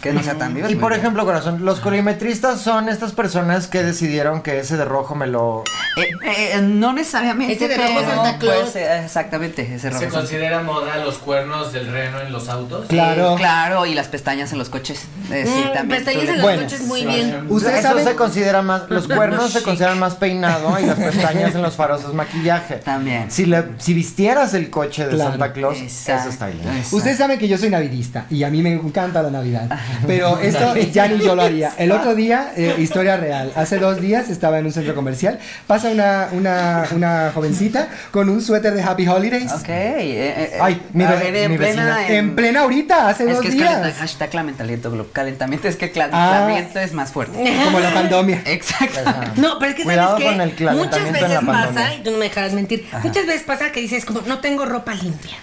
S5: Que no sea tan vivo.
S1: Mm. Y por ejemplo, corazón, los colorimetristas son estas personas que decidieron que ese de rojo me lo.
S5: Eh, no necesariamente.
S2: Ese de rojo
S5: pero
S2: Santa Claus.
S5: puede ser- exactamente, ese rojo.
S11: ¿Se considera moda los cuernos del reno en los autos?
S5: Eh,
S4: Claro.
S5: claro, y las pestañas en los coches. eh, sí,
S2: Mm,
S5: también.
S2: pestañas en los
S4: Bueno.
S2: coches muy bien.
S4: Ustedes
S1: eso
S4: saben-
S1: se considera más. Los cuernos se consideran más peinado y las pestañas en los faros es maquillaje.
S5: También.
S1: Si, le, si vistieras el coche de
S4: Claro.
S1: Santa Claus,
S5: Exacto,
S1: eso está bien.
S5: exacto.
S4: Ustedes saben que yo soy navidista y a mí me encanta la Navidad, pero esto ya ni yo lo haría. El otro día, eh, historia real, hace dos días estaba en un centro comercial, pasa una, una, una jovencita con un suéter de Happy Holidays.
S5: Ok. eh, eh,
S1: Ay, mi
S5: a
S1: ve-
S5: ver, en
S1: mi
S5: plena-
S1: vecina.
S4: En plena ahorita, hace
S5: Es
S4: dos
S5: que es calenta-
S4: días.
S5: hashtag calentamiento global. Calentamiento es que
S4: Ah.
S5: calentamiento es más fuerte.
S4: Como la pandemia.
S5: Exacto.
S2: No, pero es que
S1: Cuidado
S2: sabes
S1: con el
S2: que muchas
S1: calentamiento en
S2: veces
S1: la
S2: pasa,
S1: pandemia.
S2: y tú no me dejarás mentir, muchas veces pasa que dices como, no tengo ropa limpia.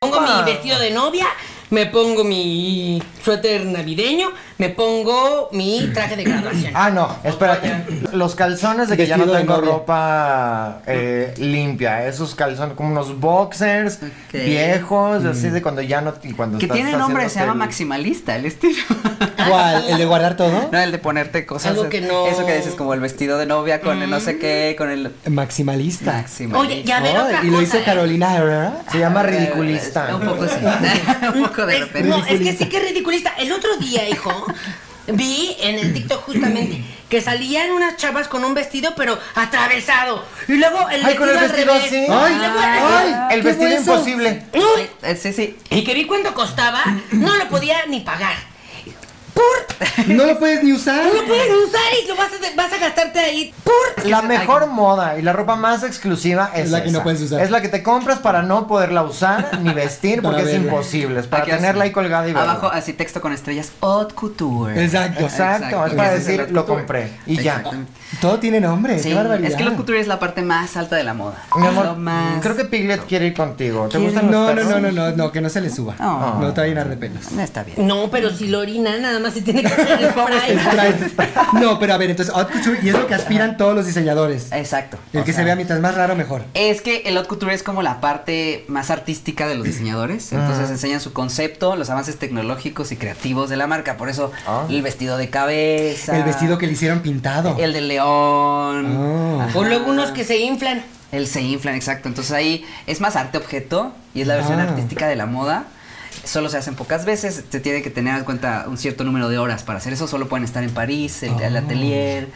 S2: Pongo
S4: Ah.
S2: mi vestido de novia, me pongo mi suéter navideño, me pongo mi traje de graduación.
S1: Ah, no, espérate. Los calzones de que ya no
S4: Vestido de
S1: tengo
S4: novia.
S1: ropa eh, limpia. Esos calzones, como unos boxers
S5: Ok.
S4: Mm.
S1: viejos, así de cuando ya no. Y cuando
S5: Que
S1: estás
S5: tiene nombre,
S1: haciéndote
S5: se llama
S1: el-
S5: maximalista el estilo.
S4: ¿Cuál? ¿El de guardar todo?
S5: No, el de ponerte cosas.
S2: Algo que no-
S5: Eso que dices, como el vestido de novia con el no sé
S1: Mm.
S5: qué, con el
S4: Maximalista.
S5: maximalista.
S2: Oye, ya ver otra
S4: Ay, y lo
S2: cosa,
S4: hizo
S2: ¿eh?
S4: Carolina Herrera.
S1: Se llama ridiculista.
S5: Eh, Un poco sí. Un poco de
S2: Es-
S5: repente.
S2: No, es que sí que es ridiculista. El otro día, hijo, vi en el TikTok justamente que salían unas chavas con un vestido, pero atravesado. Y luego el
S1: Ay,
S2: vestido,
S1: con el
S2: al
S1: vestido
S2: revés. mm,
S1: así.
S4: Ay,
S2: Y luego el vestido-
S4: ay,
S1: El
S4: ¿qué
S1: vestido
S4: fue eso?
S1: imposible.
S5: Eh, Sí, sí.
S2: Y que vi cuánto costaba, no lo podía ni pagar.
S4: No lo puedes ni usar.
S2: No lo puedes ni usar y lo vas a, de- vas a gastarte ahí. Por.
S1: La mejor moda y la ropa más exclusiva es,
S4: Es la que
S1: esa.
S4: no puedes usar.
S1: Es la que te compras para no poderla usar ni vestir
S4: Para
S1: porque es
S4: verla.
S1: imposible. Es para
S5: Aquí
S1: tenerla
S5: así.
S1: ahí colgada y verla.
S5: Abajo, así texto con estrellas, haute couture.
S4: Exacto.
S1: Exacto, es para
S5: ese
S1: decir,
S5: haute
S1: lo
S5: couture.
S1: compré y ya.
S5: Exactamente.
S4: Todo tiene nombre.
S5: Sí,
S4: qué barbaridad.
S5: es que la couture es la parte más alta de la moda.
S1: Mi
S5: Lo
S1: amor,
S5: más...
S1: creo que Piglet quiere ir contigo. ¿Te
S5: ¿Quiere?
S1: gustan los
S4: no, no,
S1: perros?
S4: no, no, no, no, que no se le suba.
S5: No.
S4: No te va a llenar de pelos.
S5: Mm, Está bien.
S2: No, pero si lo orina, nada más se tiene que hacer el spray.
S4: Trae- No, pero a ver, entonces, haute couture, y es lo que aspiran todos los diseñadores.
S5: Exacto.
S4: El
S5: Eh, o
S4: que
S5: sea,
S4: se vea mientras más raro, mejor.
S5: Es que el haute couture es como la parte más artística de los
S4: Mm.
S5: diseñadores. Entonces enseñan su concepto, los avances tecnológicos y creativos de la marca. Por eso
S1: Ah.
S5: el vestido de cabeza.
S4: El vestido que le hicieron pintado.
S5: El de león.
S4: Ah.
S5: Ajá.
S2: O luego unos que se inflan.
S5: El se inflan, exacto. Entonces ahí es más arte objeto y es la versión
S4: Ah.
S5: artística de la moda. Solo se hacen pocas veces, se tiene que tener en cuenta un cierto número de horas para hacer eso. Solo pueden estar en París, el, el atelier.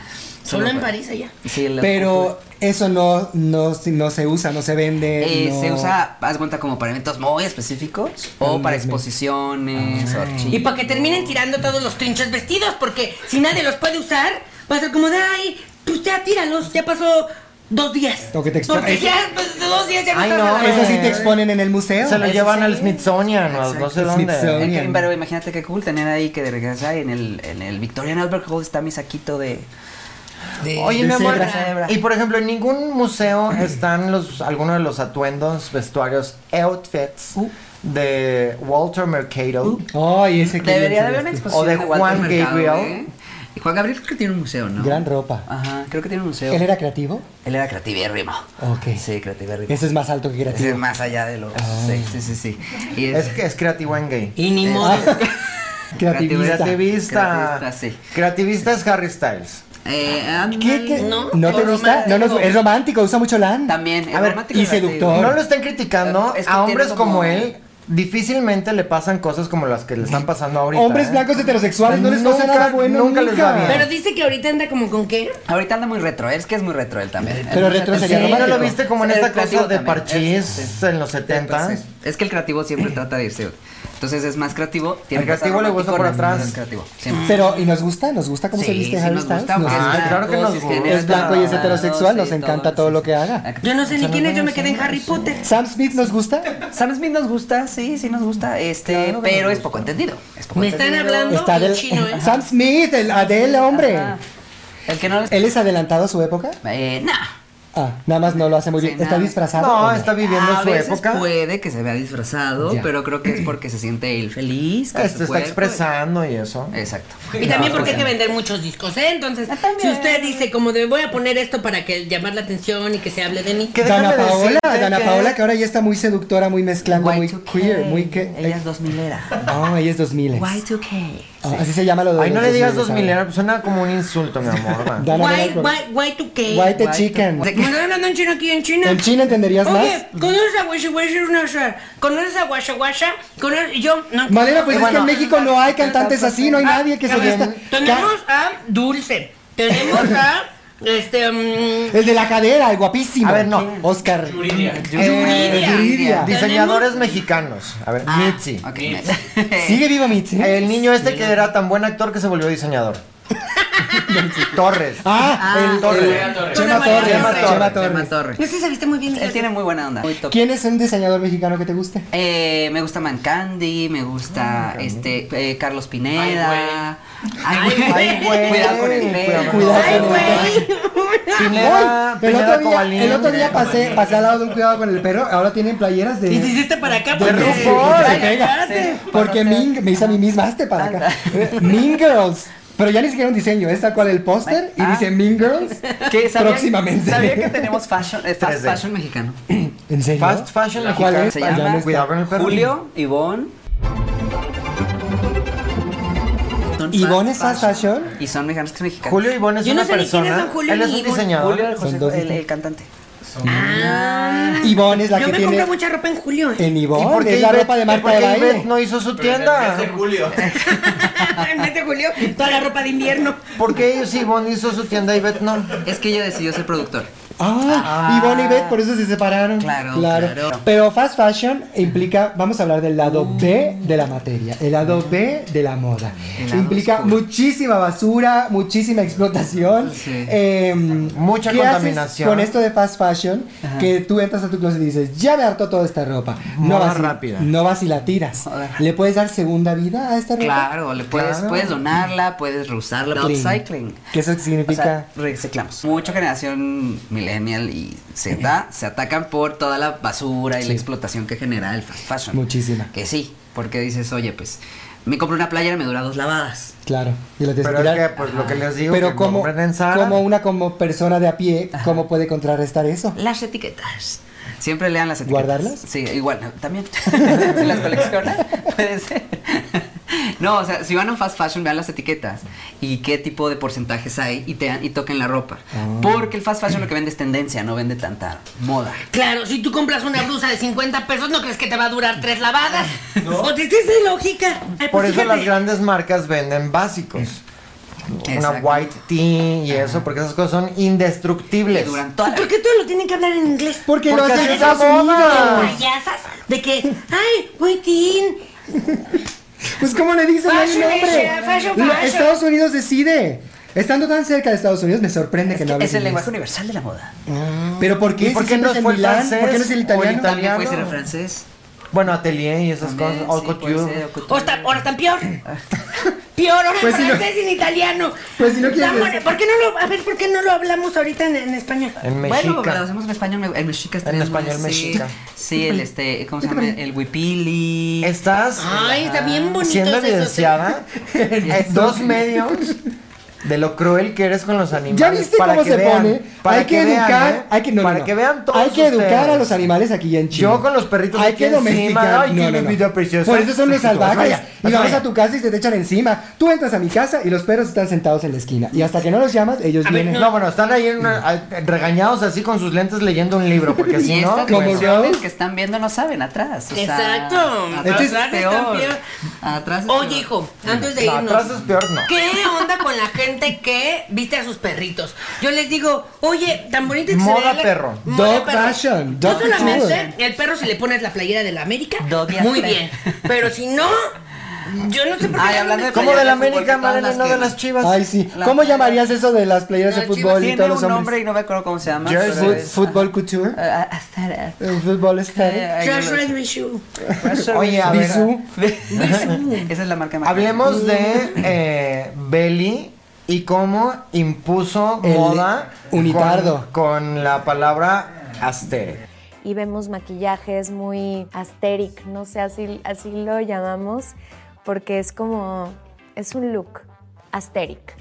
S2: Solo en
S5: pueden-
S2: París allá.
S5: Sí, el-
S4: Ah. Pero eso no, no, no se usa, no se vende.
S5: Eh,
S4: no-
S5: Se usa, haz cuenta, como para eventos muy específicos o
S4: Para
S5: para
S4: un mes.
S5: exposiciones. o archivos.
S2: Y para que terminen tirando todos los trinches vestidos, porque si nadie los puede usar, va a ser como de ay, pues ya tíralos, ya pasó dos días.
S4: O que te expo-
S2: Porque
S4: eso-
S2: ya pues, dos días ya no
S1: Ay,
S2: estás
S1: no,
S2: a la
S4: Eso sí
S2: verga.
S5: Eh.
S4: te exponen en el museo.
S1: Se lo
S5: Eso
S1: llevan al
S5: sí.
S1: Smithsonian o no
S5: Exacto,
S1: sé dónde.
S4: Smithsonian.
S5: Eh, que- pero imagínate qué cool tener ahí que de regreso ay, en el, en el Victorian Albert Hall está mi saquito de.
S2: De-
S1: Oye,
S4: De
S1: mi amor,
S4: cebra,
S5: cebra.
S1: y por ejemplo, en ningún museo están los algunos de los atuendos, vestuarios, outfits
S4: Uh.
S1: de Walter Mercado.
S4: Ay, ese que
S5: Debería de haber
S4: bien se
S5: una
S4: viste.
S5: exposición.
S1: O de
S5: Walter
S1: Juan Gabriel.
S5: ¿eh? Y Juan Gabriel creo que tiene un museo, ¿no?
S4: Gran ropa.
S5: Ajá, creo que tiene un museo.
S4: ¿Él era creativo?
S5: Él era creativísimo.
S4: Ok.
S5: Sí, creativísimo.
S4: Eso Ah. es más alto que
S5: Ese es
S4: creativo.
S5: más allá de lo. Sí, sí, sí. sí. Y eh,
S1: Es que es creativo en gay.
S2: Y ni modo.
S4: Ah. Creativista.
S1: Creativista.
S5: Creativista, sí.
S1: Creativista es Harry Styles.
S5: Eh, ándale.
S4: ¿Qué, qué?
S2: No,
S4: ¿No te
S2: es
S4: gusta? No, no,
S2: romántico.
S4: es romántico, usa mucho LAN.
S5: También, es
S1: A ver,
S5: romántico
S4: y
S5: creativo.
S4: seductor.
S1: No lo están criticando.
S5: Es que
S1: a hombres
S5: tiene
S1: como...
S5: como-
S1: él, difícilmente le pasan cosas como las que le están pasando ahorita.
S4: Hombres
S1: ¿eh?
S4: blancos heterosexuales, no les pasa
S1: Nunca-
S4: nada bueno.
S1: nunca les va
S4: Ah.
S1: bien.
S2: Pero dice que ahorita anda como con qué.
S5: Ahorita anda muy retro, es que es muy retro él también.
S4: Pero retro
S1: Sí,
S4: sería
S1: ¿no
S4: romántico.
S1: lo viste como en
S5: Es
S1: esta
S5: creativo
S1: cosa de
S5: también,
S1: parchís
S5: es- es-
S1: en los 70
S5: Entonces, es que el creativo siempre trata de irse. Entonces es más creativo. Tiene
S1: Al
S5: que estar
S1: creativo le gusta
S5: romántico,
S1: por
S5: no, no
S1: atrás.
S5: es creativo. siempre.
S4: Mm. Pero, ¿y nos gusta? ¿Nos gusta cómo se
S5: Sí,
S4: viste
S5: sí
S4: Harry
S5: nos
S4: Styles?
S5: gusta, porque
S4: Nos
S5: es
S1: Ah,
S4: gusta.
S1: claro que
S5: blanco,
S1: nos
S5: sí,
S1: gusta.
S5: género
S4: Es blanco y es
S5: separado,
S4: heterosexual, nos
S5: sí,
S4: encanta todo lo
S5: sí.
S4: que haga.
S2: Yo no sé ni quién es, yo me quedé en Harry Potter.
S4: ¿Sam Smith nos gusta?
S5: Sam Smith nos gusta, sí, sí nos gusta, este,
S4: Claro que
S5: pero
S4: nos
S5: es poco entendido. Es poco
S2: Me
S5: entendido.
S2: están hablando
S4: Está
S2: en
S4: del...
S2: chino, ¿eh?
S4: Sam Smith, el Adele, hombre.
S5: Ajá. El que no les...
S4: ¿Él es adelantado a su época?
S5: Eh, nah.
S4: Ah, nada más no lo hace muy
S5: Sí,
S4: bien. ¿Está
S5: nada.
S4: disfrazado? o
S1: No, está viviendo
S5: A
S1: su
S5: veces
S1: época.
S5: puede que se vea disfrazado,
S4: Ya.
S5: pero creo que es porque se siente él feliz. con
S1: Este
S5: su
S1: está
S5: cuerpo.
S1: expresando y eso.
S5: Exacto.
S2: Y también
S4: Ah,
S2: porque
S4: pues
S2: hay que vender muchos discos, ¿eh? Entonces, si usted dice como de voy a poner esto para que llamar la atención y que se hable de mí.
S1: Que
S4: Dana
S1: déjame
S4: Paola,
S1: decirte
S4: Dana
S1: que-
S4: Paola que ahora ya está muy seductora, muy mezclando, muy
S5: Y2K,
S4: queer, muy que...
S5: Ella es 2000 era.
S4: No, ella es 2000.
S5: Y2K.
S4: Ah, Así se llama lo de
S1: Ay, no
S4: los
S1: le digas
S4: 2000s,
S1: dos milenas, pues suena como un insulto, mi amor. va.
S4: Dana
S2: Guay,
S4: Paola.
S2: guay, guay, tú qué.
S4: White the
S5: White
S4: chicken.
S5: the-
S2: Me están hablando en chino aquí en China.
S4: ¿En China entenderías más?
S2: Oye, ¿conoces a Washa Washa? No, sir. ¿Conoces a Washa Washa? ¿Conoces? Yo no.
S4: Malena, pues
S2: Eh,
S4: es que
S2: bueno,
S4: en México no hay cantantes así, no hay
S2: ah,
S4: nadie que se
S2: también
S4: vista.
S2: Tenemos
S4: Ca-
S2: a Dulce. Tenemos a. Este. mm,
S4: El de la cadera, el guapísimo.
S1: A ver, no.
S4: Oscar.
S11: Yuridia.
S4: Eh,
S2: Tenemos-
S4: Yuridia.
S1: Diseñadores mexicanos. A ver, Mitzi.
S5: Ah, Ok.
S4: ¿Sigue vivo Mitzi?
S1: El niño este que era tan buen actor que se volvió diseñador. Torres.
S4: Ah, el
S1: Torres.
S4: Chema,
S2: Chema
S4: Torres.
S2: Torres.
S4: Chema,
S1: Chema
S4: Torres.
S5: Chema Torres.
S2: No sé si se viste muy bien.
S5: Él tiene muy buena onda. Muy top.
S4: ¿Quién es un diseñador mexicano que te guste?
S5: Eh, me gusta Mancandy, me gusta este eh, Carlos Pineda.
S2: Ay, güey. Ay,
S1: güey.
S5: Cuidado con el
S1: Cuidado
S5: pelo.
S1: con el
S4: Cuidado
S2: Ay,
S4: con
S2: güey.
S1: Pineda,
S4: el
S1: Pineda
S4: otro día,
S1: Cobalín.
S4: el otro día pasé, pasé al lado de un cuidado con el perro. Ahora tienen playeras de.
S2: Y te hiciste para acá
S4: de
S2: porque.
S4: RuPaul.
S2: Ay,
S4: Se pega.
S2: cállate.
S4: Porque Ming me hice a mí misma, hazte para acá. Mean Girls. Pero ya ni siquiera un diseño, es tal cual el póster y
S5: Ah.
S4: dice Mean Girls
S5: ¿Qué? ¿Sabía-
S4: próximamente.
S5: Sabía que tenemos fashion, eh, fast
S1: 3D.
S5: fashion mexicano.
S4: ¿En serio?
S1: Fast fashion
S4: ¿Cuál
S1: mexicano.
S4: es?
S5: Se
S4: Ah, ya no
S5: llama
S4: está.
S1: Cuidado con el perro.
S5: Julio, Ivonne. Son
S4: ¿Ivonne es fast fashion?
S5: Y son mexicanos que son mexicanos.
S1: Julio Ivón es
S2: Yo no
S1: una
S2: sé ni quiénes
S1: persona.
S2: son Julio
S1: Él es
S2: ni
S1: un
S2: Ivonne.
S1: diseñador.
S5: Julio, el,
S4: Son
S5: José,
S4: dos
S5: el,
S4: distintos.
S5: el cantante.
S4: Ivonne es la
S2: Yo
S4: que
S2: me
S4: tiene.
S2: compré mucha ropa en julio. eh.
S4: En
S1: ¿Y
S4: Ivonne,
S1: por qué
S4: es la
S1: Ivette-
S4: ropa de
S1: por
S4: Marta
S1: qué
S4: de baile.
S1: Ivette no hizo su tienda?
S11: Julio.
S2: en mes de julio, toda la ropa de invierno.
S1: ¿Por qué ellos Ivonne hizo su tienda y Ivette no?
S5: Es que ella decidió ser productor.
S4: Ah, y Bonnie y Beth por eso se separaron. Claro, claro. Pero fast fashion implica, vamos a hablar del lado B de la materia, el lado B de la moda.
S5: El lado
S4: Implica muchísima basura, muchísima explotación, eh,
S1: Mucha
S4: ¿qué haces
S1: contaminación.
S4: con esto de fast fashion,
S1: Ajá.
S4: que tú entras a tu closet y dices, ya me hartó toda esta ropa. No
S1: Moda
S4: vas, y-
S1: rápida.
S4: no vas y la tiras. ¿Le puedes dar segunda vida a esta ropa?
S5: Claro, le puedes,
S4: Claro.
S5: puedes donarla, puedes reusarla,
S4: Upcycling.
S5: upcycling.
S4: ¿Qué eso
S5: O
S4: significa?
S5: sea, reciclamos. Mucha generación millennial y Z se atacan por toda la basura y
S4: Sí.
S5: la explotación que genera el fast fashion.
S4: Muchísima.
S5: Que sí, porque dices, oye, pues me compré una playera y me dura dos lavadas.
S4: Claro. Y lo tienes
S5: Pero
S4: que
S5: es
S4: tirar.
S5: que, pues, lo que les digo,
S4: Pero
S5: que
S4: como,
S5: compren en Zara.
S4: como una como persona de a pie, ¿cómo puede contrarrestar eso?
S5: Las etiquetas. Siempre lean las etiquetas. ¿Guardarlas? Sí, igual, no, también. si las coleccionas, puede ser. No, o sea, si van a un fast fashion, vean las etiquetas y qué tipo de porcentajes hay y, te, dan- y toquen la ropa.
S4: Ah.
S5: Porque el fast fashion lo que vende es tendencia, no vende tanta moda.
S2: Claro, si tú compras una blusa de 50 pesos, ¿no crees que te va a durar tres lavadas? ¿O te es de lógica? Ay,
S1: Por
S2: pues
S1: eso
S2: fíjate.
S1: las grandes marcas venden básicos. Una
S2: Exacto.
S1: white tea y eso, porque esas cosas son indestructibles.
S2: ¿Y ¿Por qué todo lo tienen que hablar en inglés?
S1: Porque lo hacen en Estados
S4: Ah.
S1: Unidos.
S2: payasas de que, ay, waiting.
S4: Pues ¿cómo le dicen
S2: Fashion
S4: ahí, hombre?
S2: Asia, fashion,
S4: Lo-
S2: fashion.
S4: Estados Unidos decide. Estando tan cerca de Estados Unidos, me sorprende que no hables
S5: Es el
S4: inglés.
S5: lenguaje universal de la moda.
S4: Pero ¿por qué?
S5: ¿Y por
S4: Si
S5: qué
S4: siempre
S5: no
S4: es en
S5: fue el
S4: Milán,
S5: francés
S4: ¿Por qué no es el
S5: o el
S4: italiano?
S5: italiano? Puede ser el francés.
S1: Bueno, atelier y esas
S5: También,
S1: cosas,
S5: sí,
S1: haute
S5: puede
S1: couture.
S5: ser,
S2: O está, ahora están peor. Peor, ahora
S1: Pues si
S2: en
S1: no-
S2: francés y en italiano.
S4: Pues si no quieres-
S2: Vámonos, ¿por qué no lo, a ver, ¿por qué no lo hablamos ahorita en, en español?
S1: En
S5: Bueno,
S1: mexica.
S5: lo hacemos en español, me- el mexica está
S1: En
S5: bien,
S1: español
S5: sí.
S1: mexica.
S5: Sí, el este, ¿cómo se llama? El huipili.
S1: Estás
S2: Ay, está bien bonito
S1: siendo
S2: eso,
S1: evidenciada en dos medios de lo cruel que eres con los animales.
S4: ¿Ya viste
S1: para
S4: cómo
S1: que
S4: se
S1: vean,
S4: pone?
S1: para
S4: hay que, educar,
S1: vean, ¿eh?
S4: hay que no, no,
S1: para
S4: no.
S1: que vean todos
S4: Hay que educar
S1: ustedes.
S4: a los animales aquí en Chile.
S1: Yo con los perritos
S4: hay
S1: aquí
S4: que
S1: encima,
S4: domesticar.
S1: ay,
S4: no,
S1: qué
S4: no, no.
S1: vida preciosa.
S4: Por eso son los
S1: Hijo,
S4: salvajes.
S1: vaya,
S4: y
S1: vaya.
S4: vamos a tu casa y se te echan encima. Tú entras a mi casa y los perros están sentados en la esquina y hasta que no los llamas ellos
S1: A ver,
S4: vienen.
S1: no, bueno, están ahí en una- a- regañados así con sus lentes leyendo un libro, porque
S5: Y
S1: si no,
S5: estas
S1: como
S5: versiones que están viendo no saben atrás. o sea,
S2: Exacto.
S5: atrás
S2: Atrás
S5: es
S2: está
S5: peor.
S2: peor.
S5: Atrás es
S2: Oye,
S5: peor.
S2: hijo, antes de
S5: No,
S2: irnos.
S5: atrás es peor, no.
S2: ¿Qué onda con la gente que viste a sus perritos? Yo les digo, oye, tan bonito que se
S4: Moda
S2: ve la-
S4: perro.
S2: Moda
S4: Dog fashion,
S2: No
S4: dog
S2: solamente
S4: couture.
S2: el perro si le pones la playera de la América,
S5: Dog y
S2: muy
S5: hasta-
S2: bien. Pero si no, yo no sé por qué.
S5: Ay,
S2: no
S5: hablando
S2: me-
S5: de playeras
S1: de la
S5: fútbol,
S1: América,
S5: que todas
S1: Marlene,
S5: las
S1: no
S5: que-
S1: de las chivas.
S4: Ay, sí.
S5: La-
S4: ¿Cómo llamarías eso de las playeras de fútbol y
S5: Tiene
S4: todos los
S5: un
S4: hombres?
S5: nombre y no me acuerdo cómo se llama.
S4: Jersey,
S5: pero
S4: fut-
S5: es-
S4: Football couture. El fútbol
S5: Eh,
S4: aesthetic.
S5: ay, no lo sé.
S1: Oye, a ver.
S4: Bisú.
S5: Esa es la marca más.
S1: Hablemos de eh, Belly y cómo impuso
S4: El
S1: moda
S4: unitardo.
S1: con, con la palabra astere.
S12: y vemos maquillajes muy asteric, no sé, así, así lo llamamos, porque es como, es un look asteric.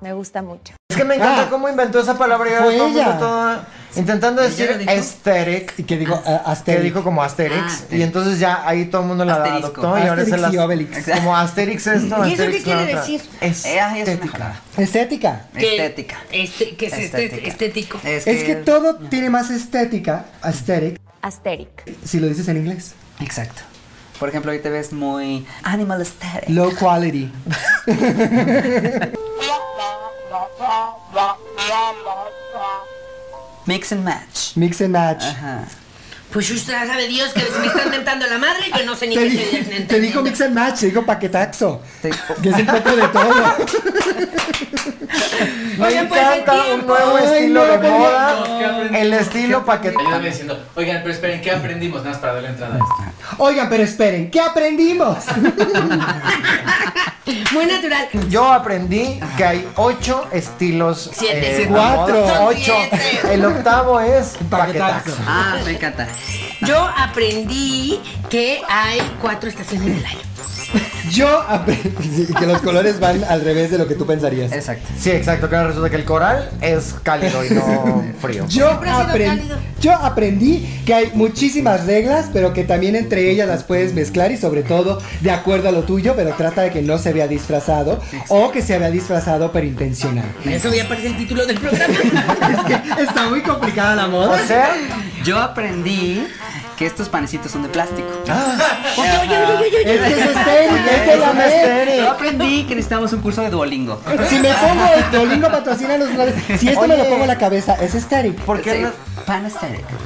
S12: Me gusta mucho.
S1: Es que me encanta
S12: Ah.
S1: cómo inventó esa palabra. y ahora
S12: Fue
S1: todo el mundo
S12: ella.
S1: todo- intentando decir aesthetic.
S4: Y que digo eh,
S1: Que
S4: asterix.
S1: dijo como asterix. Y entonces ya ahí todo el mundo la
S4: Asterisco.
S1: adoptó. Y ahora es
S4: Asterix
S1: el
S4: y
S1: as-
S4: Obelix.
S1: Como asterix esto.
S2: ¿Y eso
S1: asterix
S2: qué quiere
S1: la otra.
S2: decir?
S5: Eh, ah,
S1: Estética.
S4: Estética.
S2: Que- este- que es este- estético.
S4: Es que, todo tiene más estética, aesthetic,
S12: Asteric.
S4: si lo dices en inglés.
S5: Exacto. Por ejemplo, hoy te ves muy animal aesthetic.
S4: Low quality.
S5: Mix and match.
S4: Mix and match.
S2: Pues usted sabe Dios que si me están mentando la madre, yo no sé ni qué
S4: Te, di-
S2: estoy
S4: te dijo mix and match, te dijo paquetaxo. Que es un poco de todo.
S1: Me
S2: Oigan, pues, el
S1: encanta un
S2: tiempo.
S1: nuevo
S2: Ay,
S1: estilo
S2: no,
S1: de
S2: pues,
S1: moda. El
S11: estilo
S1: pa' que-
S11: Ayúdame diciendo, oigan, pero esperen, ¿qué aprendimos? Nada más para darle entrada a esto.
S4: Oigan, pero esperen, ¿qué aprendimos?
S2: Muy natural.
S1: Yo aprendí que hay ocho estilos. eh,
S5: Siete.
S1: de
S5: Siete.
S1: moda.
S5: Cuatro. Son
S1: Ocho.
S5: siete.
S1: El octavo es paquetazo.
S5: Ah, me encanta.
S2: Yo aprendí que hay cuatro estaciones del año.
S4: Yo aprendí que los colores van al revés de lo que tú pensarías.
S5: Exacto.
S1: Sí, exacto. Que ahora resulta que el coral es cálido y no frío.
S4: Yo,
S1: ha sido
S4: apren-
S1: cálido.
S4: yo aprendí que hay muchísimas reglas, pero que también entre ellas las puedes mezclar y sobre todo de acuerdo a lo tuyo, pero trata de que no se vea disfrazado o que se vea disfrazado pero intencional.
S2: Eso ya aparece el título del programa.
S4: Está muy complicada la moda.
S1: O sea,
S5: yo aprendí que estos panecitos son de plástico.
S4: Ah, Es que es estéril, es de la
S5: Estéril. Yo
S4: mer.
S5: aprendí que necesitamos un curso de Duolingo.
S4: Si me pongo el Duolingo patrocina los Si esto me lo
S5: Oye.
S4: pongo en la cabeza, es estéril.
S5: ¿Por qué no- Pan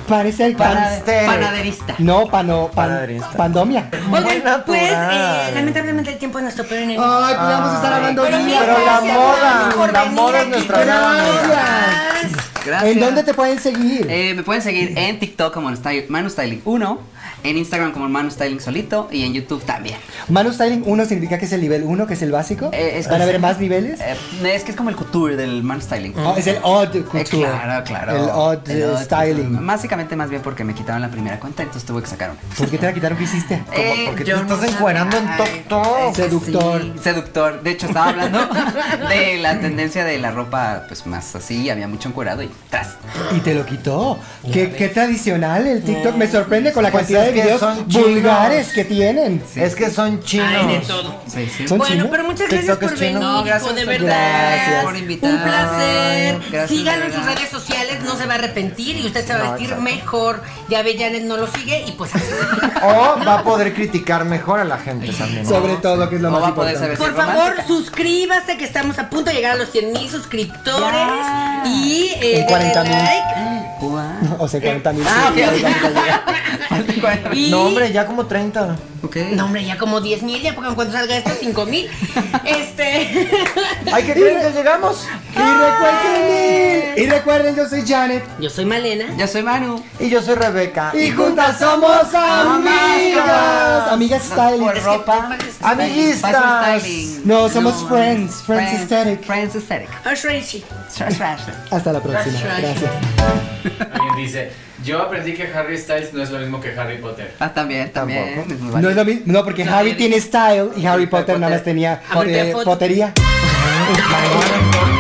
S4: Parece el pan-
S2: este-
S5: Panade- panaderista.
S4: No, pano, pan- pandomia.
S2: Oigan, pues eh, lamentablemente el tiempo nos topó en el.
S4: Ay, pues vamos a estar hablando
S2: Pero,
S4: bien.
S2: mira,
S4: Pero la
S2: gracias,
S4: moda,
S2: Juan, por
S4: la
S2: venir
S4: moda es
S2: aquí.
S4: nuestra gran amiga.
S5: Gracias.
S4: ¿En dónde te pueden seguir?
S5: Eh, me pueden seguir en TikTok como Sty- Manu Styling 1, en Instagram como Manu Styling Solito y en YouTube también.
S4: Manu Styling 1 significa que es el nivel 1, que es el básico.
S5: Eh, es-
S4: ¿Van a haber más niveles?
S5: Eh, es que es como el couture del Manu Styling.
S4: Oh, es el odd couture.
S5: Eh, claro, claro.
S4: El odd, eh, styling.
S5: couture. Básicamente más bien porque me quitaron la primera cuenta, entonces tuve que sacar una.
S4: ¿Por qué te la quitaron? ¿Qué hiciste?
S5: Eh,
S4: porque
S5: yo no sabía.
S4: Top.
S5: Es que
S4: Seductor.
S5: sí, seductor. De hecho, estaba hablando de la tendencia de la ropa, pues más así, había mucho encuerado y tras.
S4: Y te lo quitó. Qué, qué tradicional el TikTok.
S5: Mm.
S4: Me sorprende con la
S1: Pues
S4: cantidad
S1: es
S4: de
S1: que
S4: videos
S1: son chinos.
S4: vulgares que tienen.
S1: Es que son chinos.
S2: Ay, de todo.
S5: Sí, sí.
S4: ¿Son
S2: bueno,
S4: chinos?
S2: pero muchas gracias
S1: TikTok
S2: por
S1: es
S2: venir,
S1: chino. No,
S2: hijo,
S1: gracias
S2: de
S1: a
S2: verdad.
S1: ustedes.
S5: Gracias por invitarme.
S2: Un placer.
S5: Gracias,
S2: Síganlo
S5: de
S2: en sus
S5: verdad.
S2: redes sociales, no se va a arrepentir y usted se va a
S1: No,
S2: vestir
S1: exacto.
S2: mejor. Ya ve, Janet no lo sigue y pues así.
S1: O va a poder criticar mejor a la gente también.
S4: Sobre todo, que es lo
S5: No
S4: más
S5: va a poder
S4: importante.
S5: saber.
S2: Por favor, suscríbase que estamos a punto de llegar a los 100 mil suscriptores y eh,
S4: En 40,000.
S2: denle like.
S5: Guau.
S4: O sea, 40 mil.
S5: Ah, ok, ok.
S2: Y-
S1: No, hombre, ya como 30.
S5: Ok.
S2: No, hombre, ya como 10 mil, ya porque en cuanto salga esto, 5 mil. Este.
S1: Ay, que creen que llegamos.
S4: Y recuerden, y recuerden, yo soy Janet.
S2: Yo soy Malena.
S5: Yo soy Manu.
S1: Y yo soy Rebeca.
S4: Y juntas somos amigas. Amigas
S5: Por
S4: styling.
S5: ropa.
S1: Amiguistas.
S5: Fashion styling.
S4: No, somos friends, friends aesthetic.
S5: Friends aesthetic.
S2: Hush, Rachel.
S5: Trash, trash.
S4: Hasta la próxima.
S2: That's right.
S4: Gracias.
S11: Alguien dice, yo aprendí que Harry Styles no es lo mismo que Harry Potter.
S5: Ah, también, también. Es muy
S4: No
S5: válido.
S4: es lo mismo, no, porque Harry tiene style y Harry Potter nada más tenía
S2: Potter.
S4: eh, potería.
S5: Potter.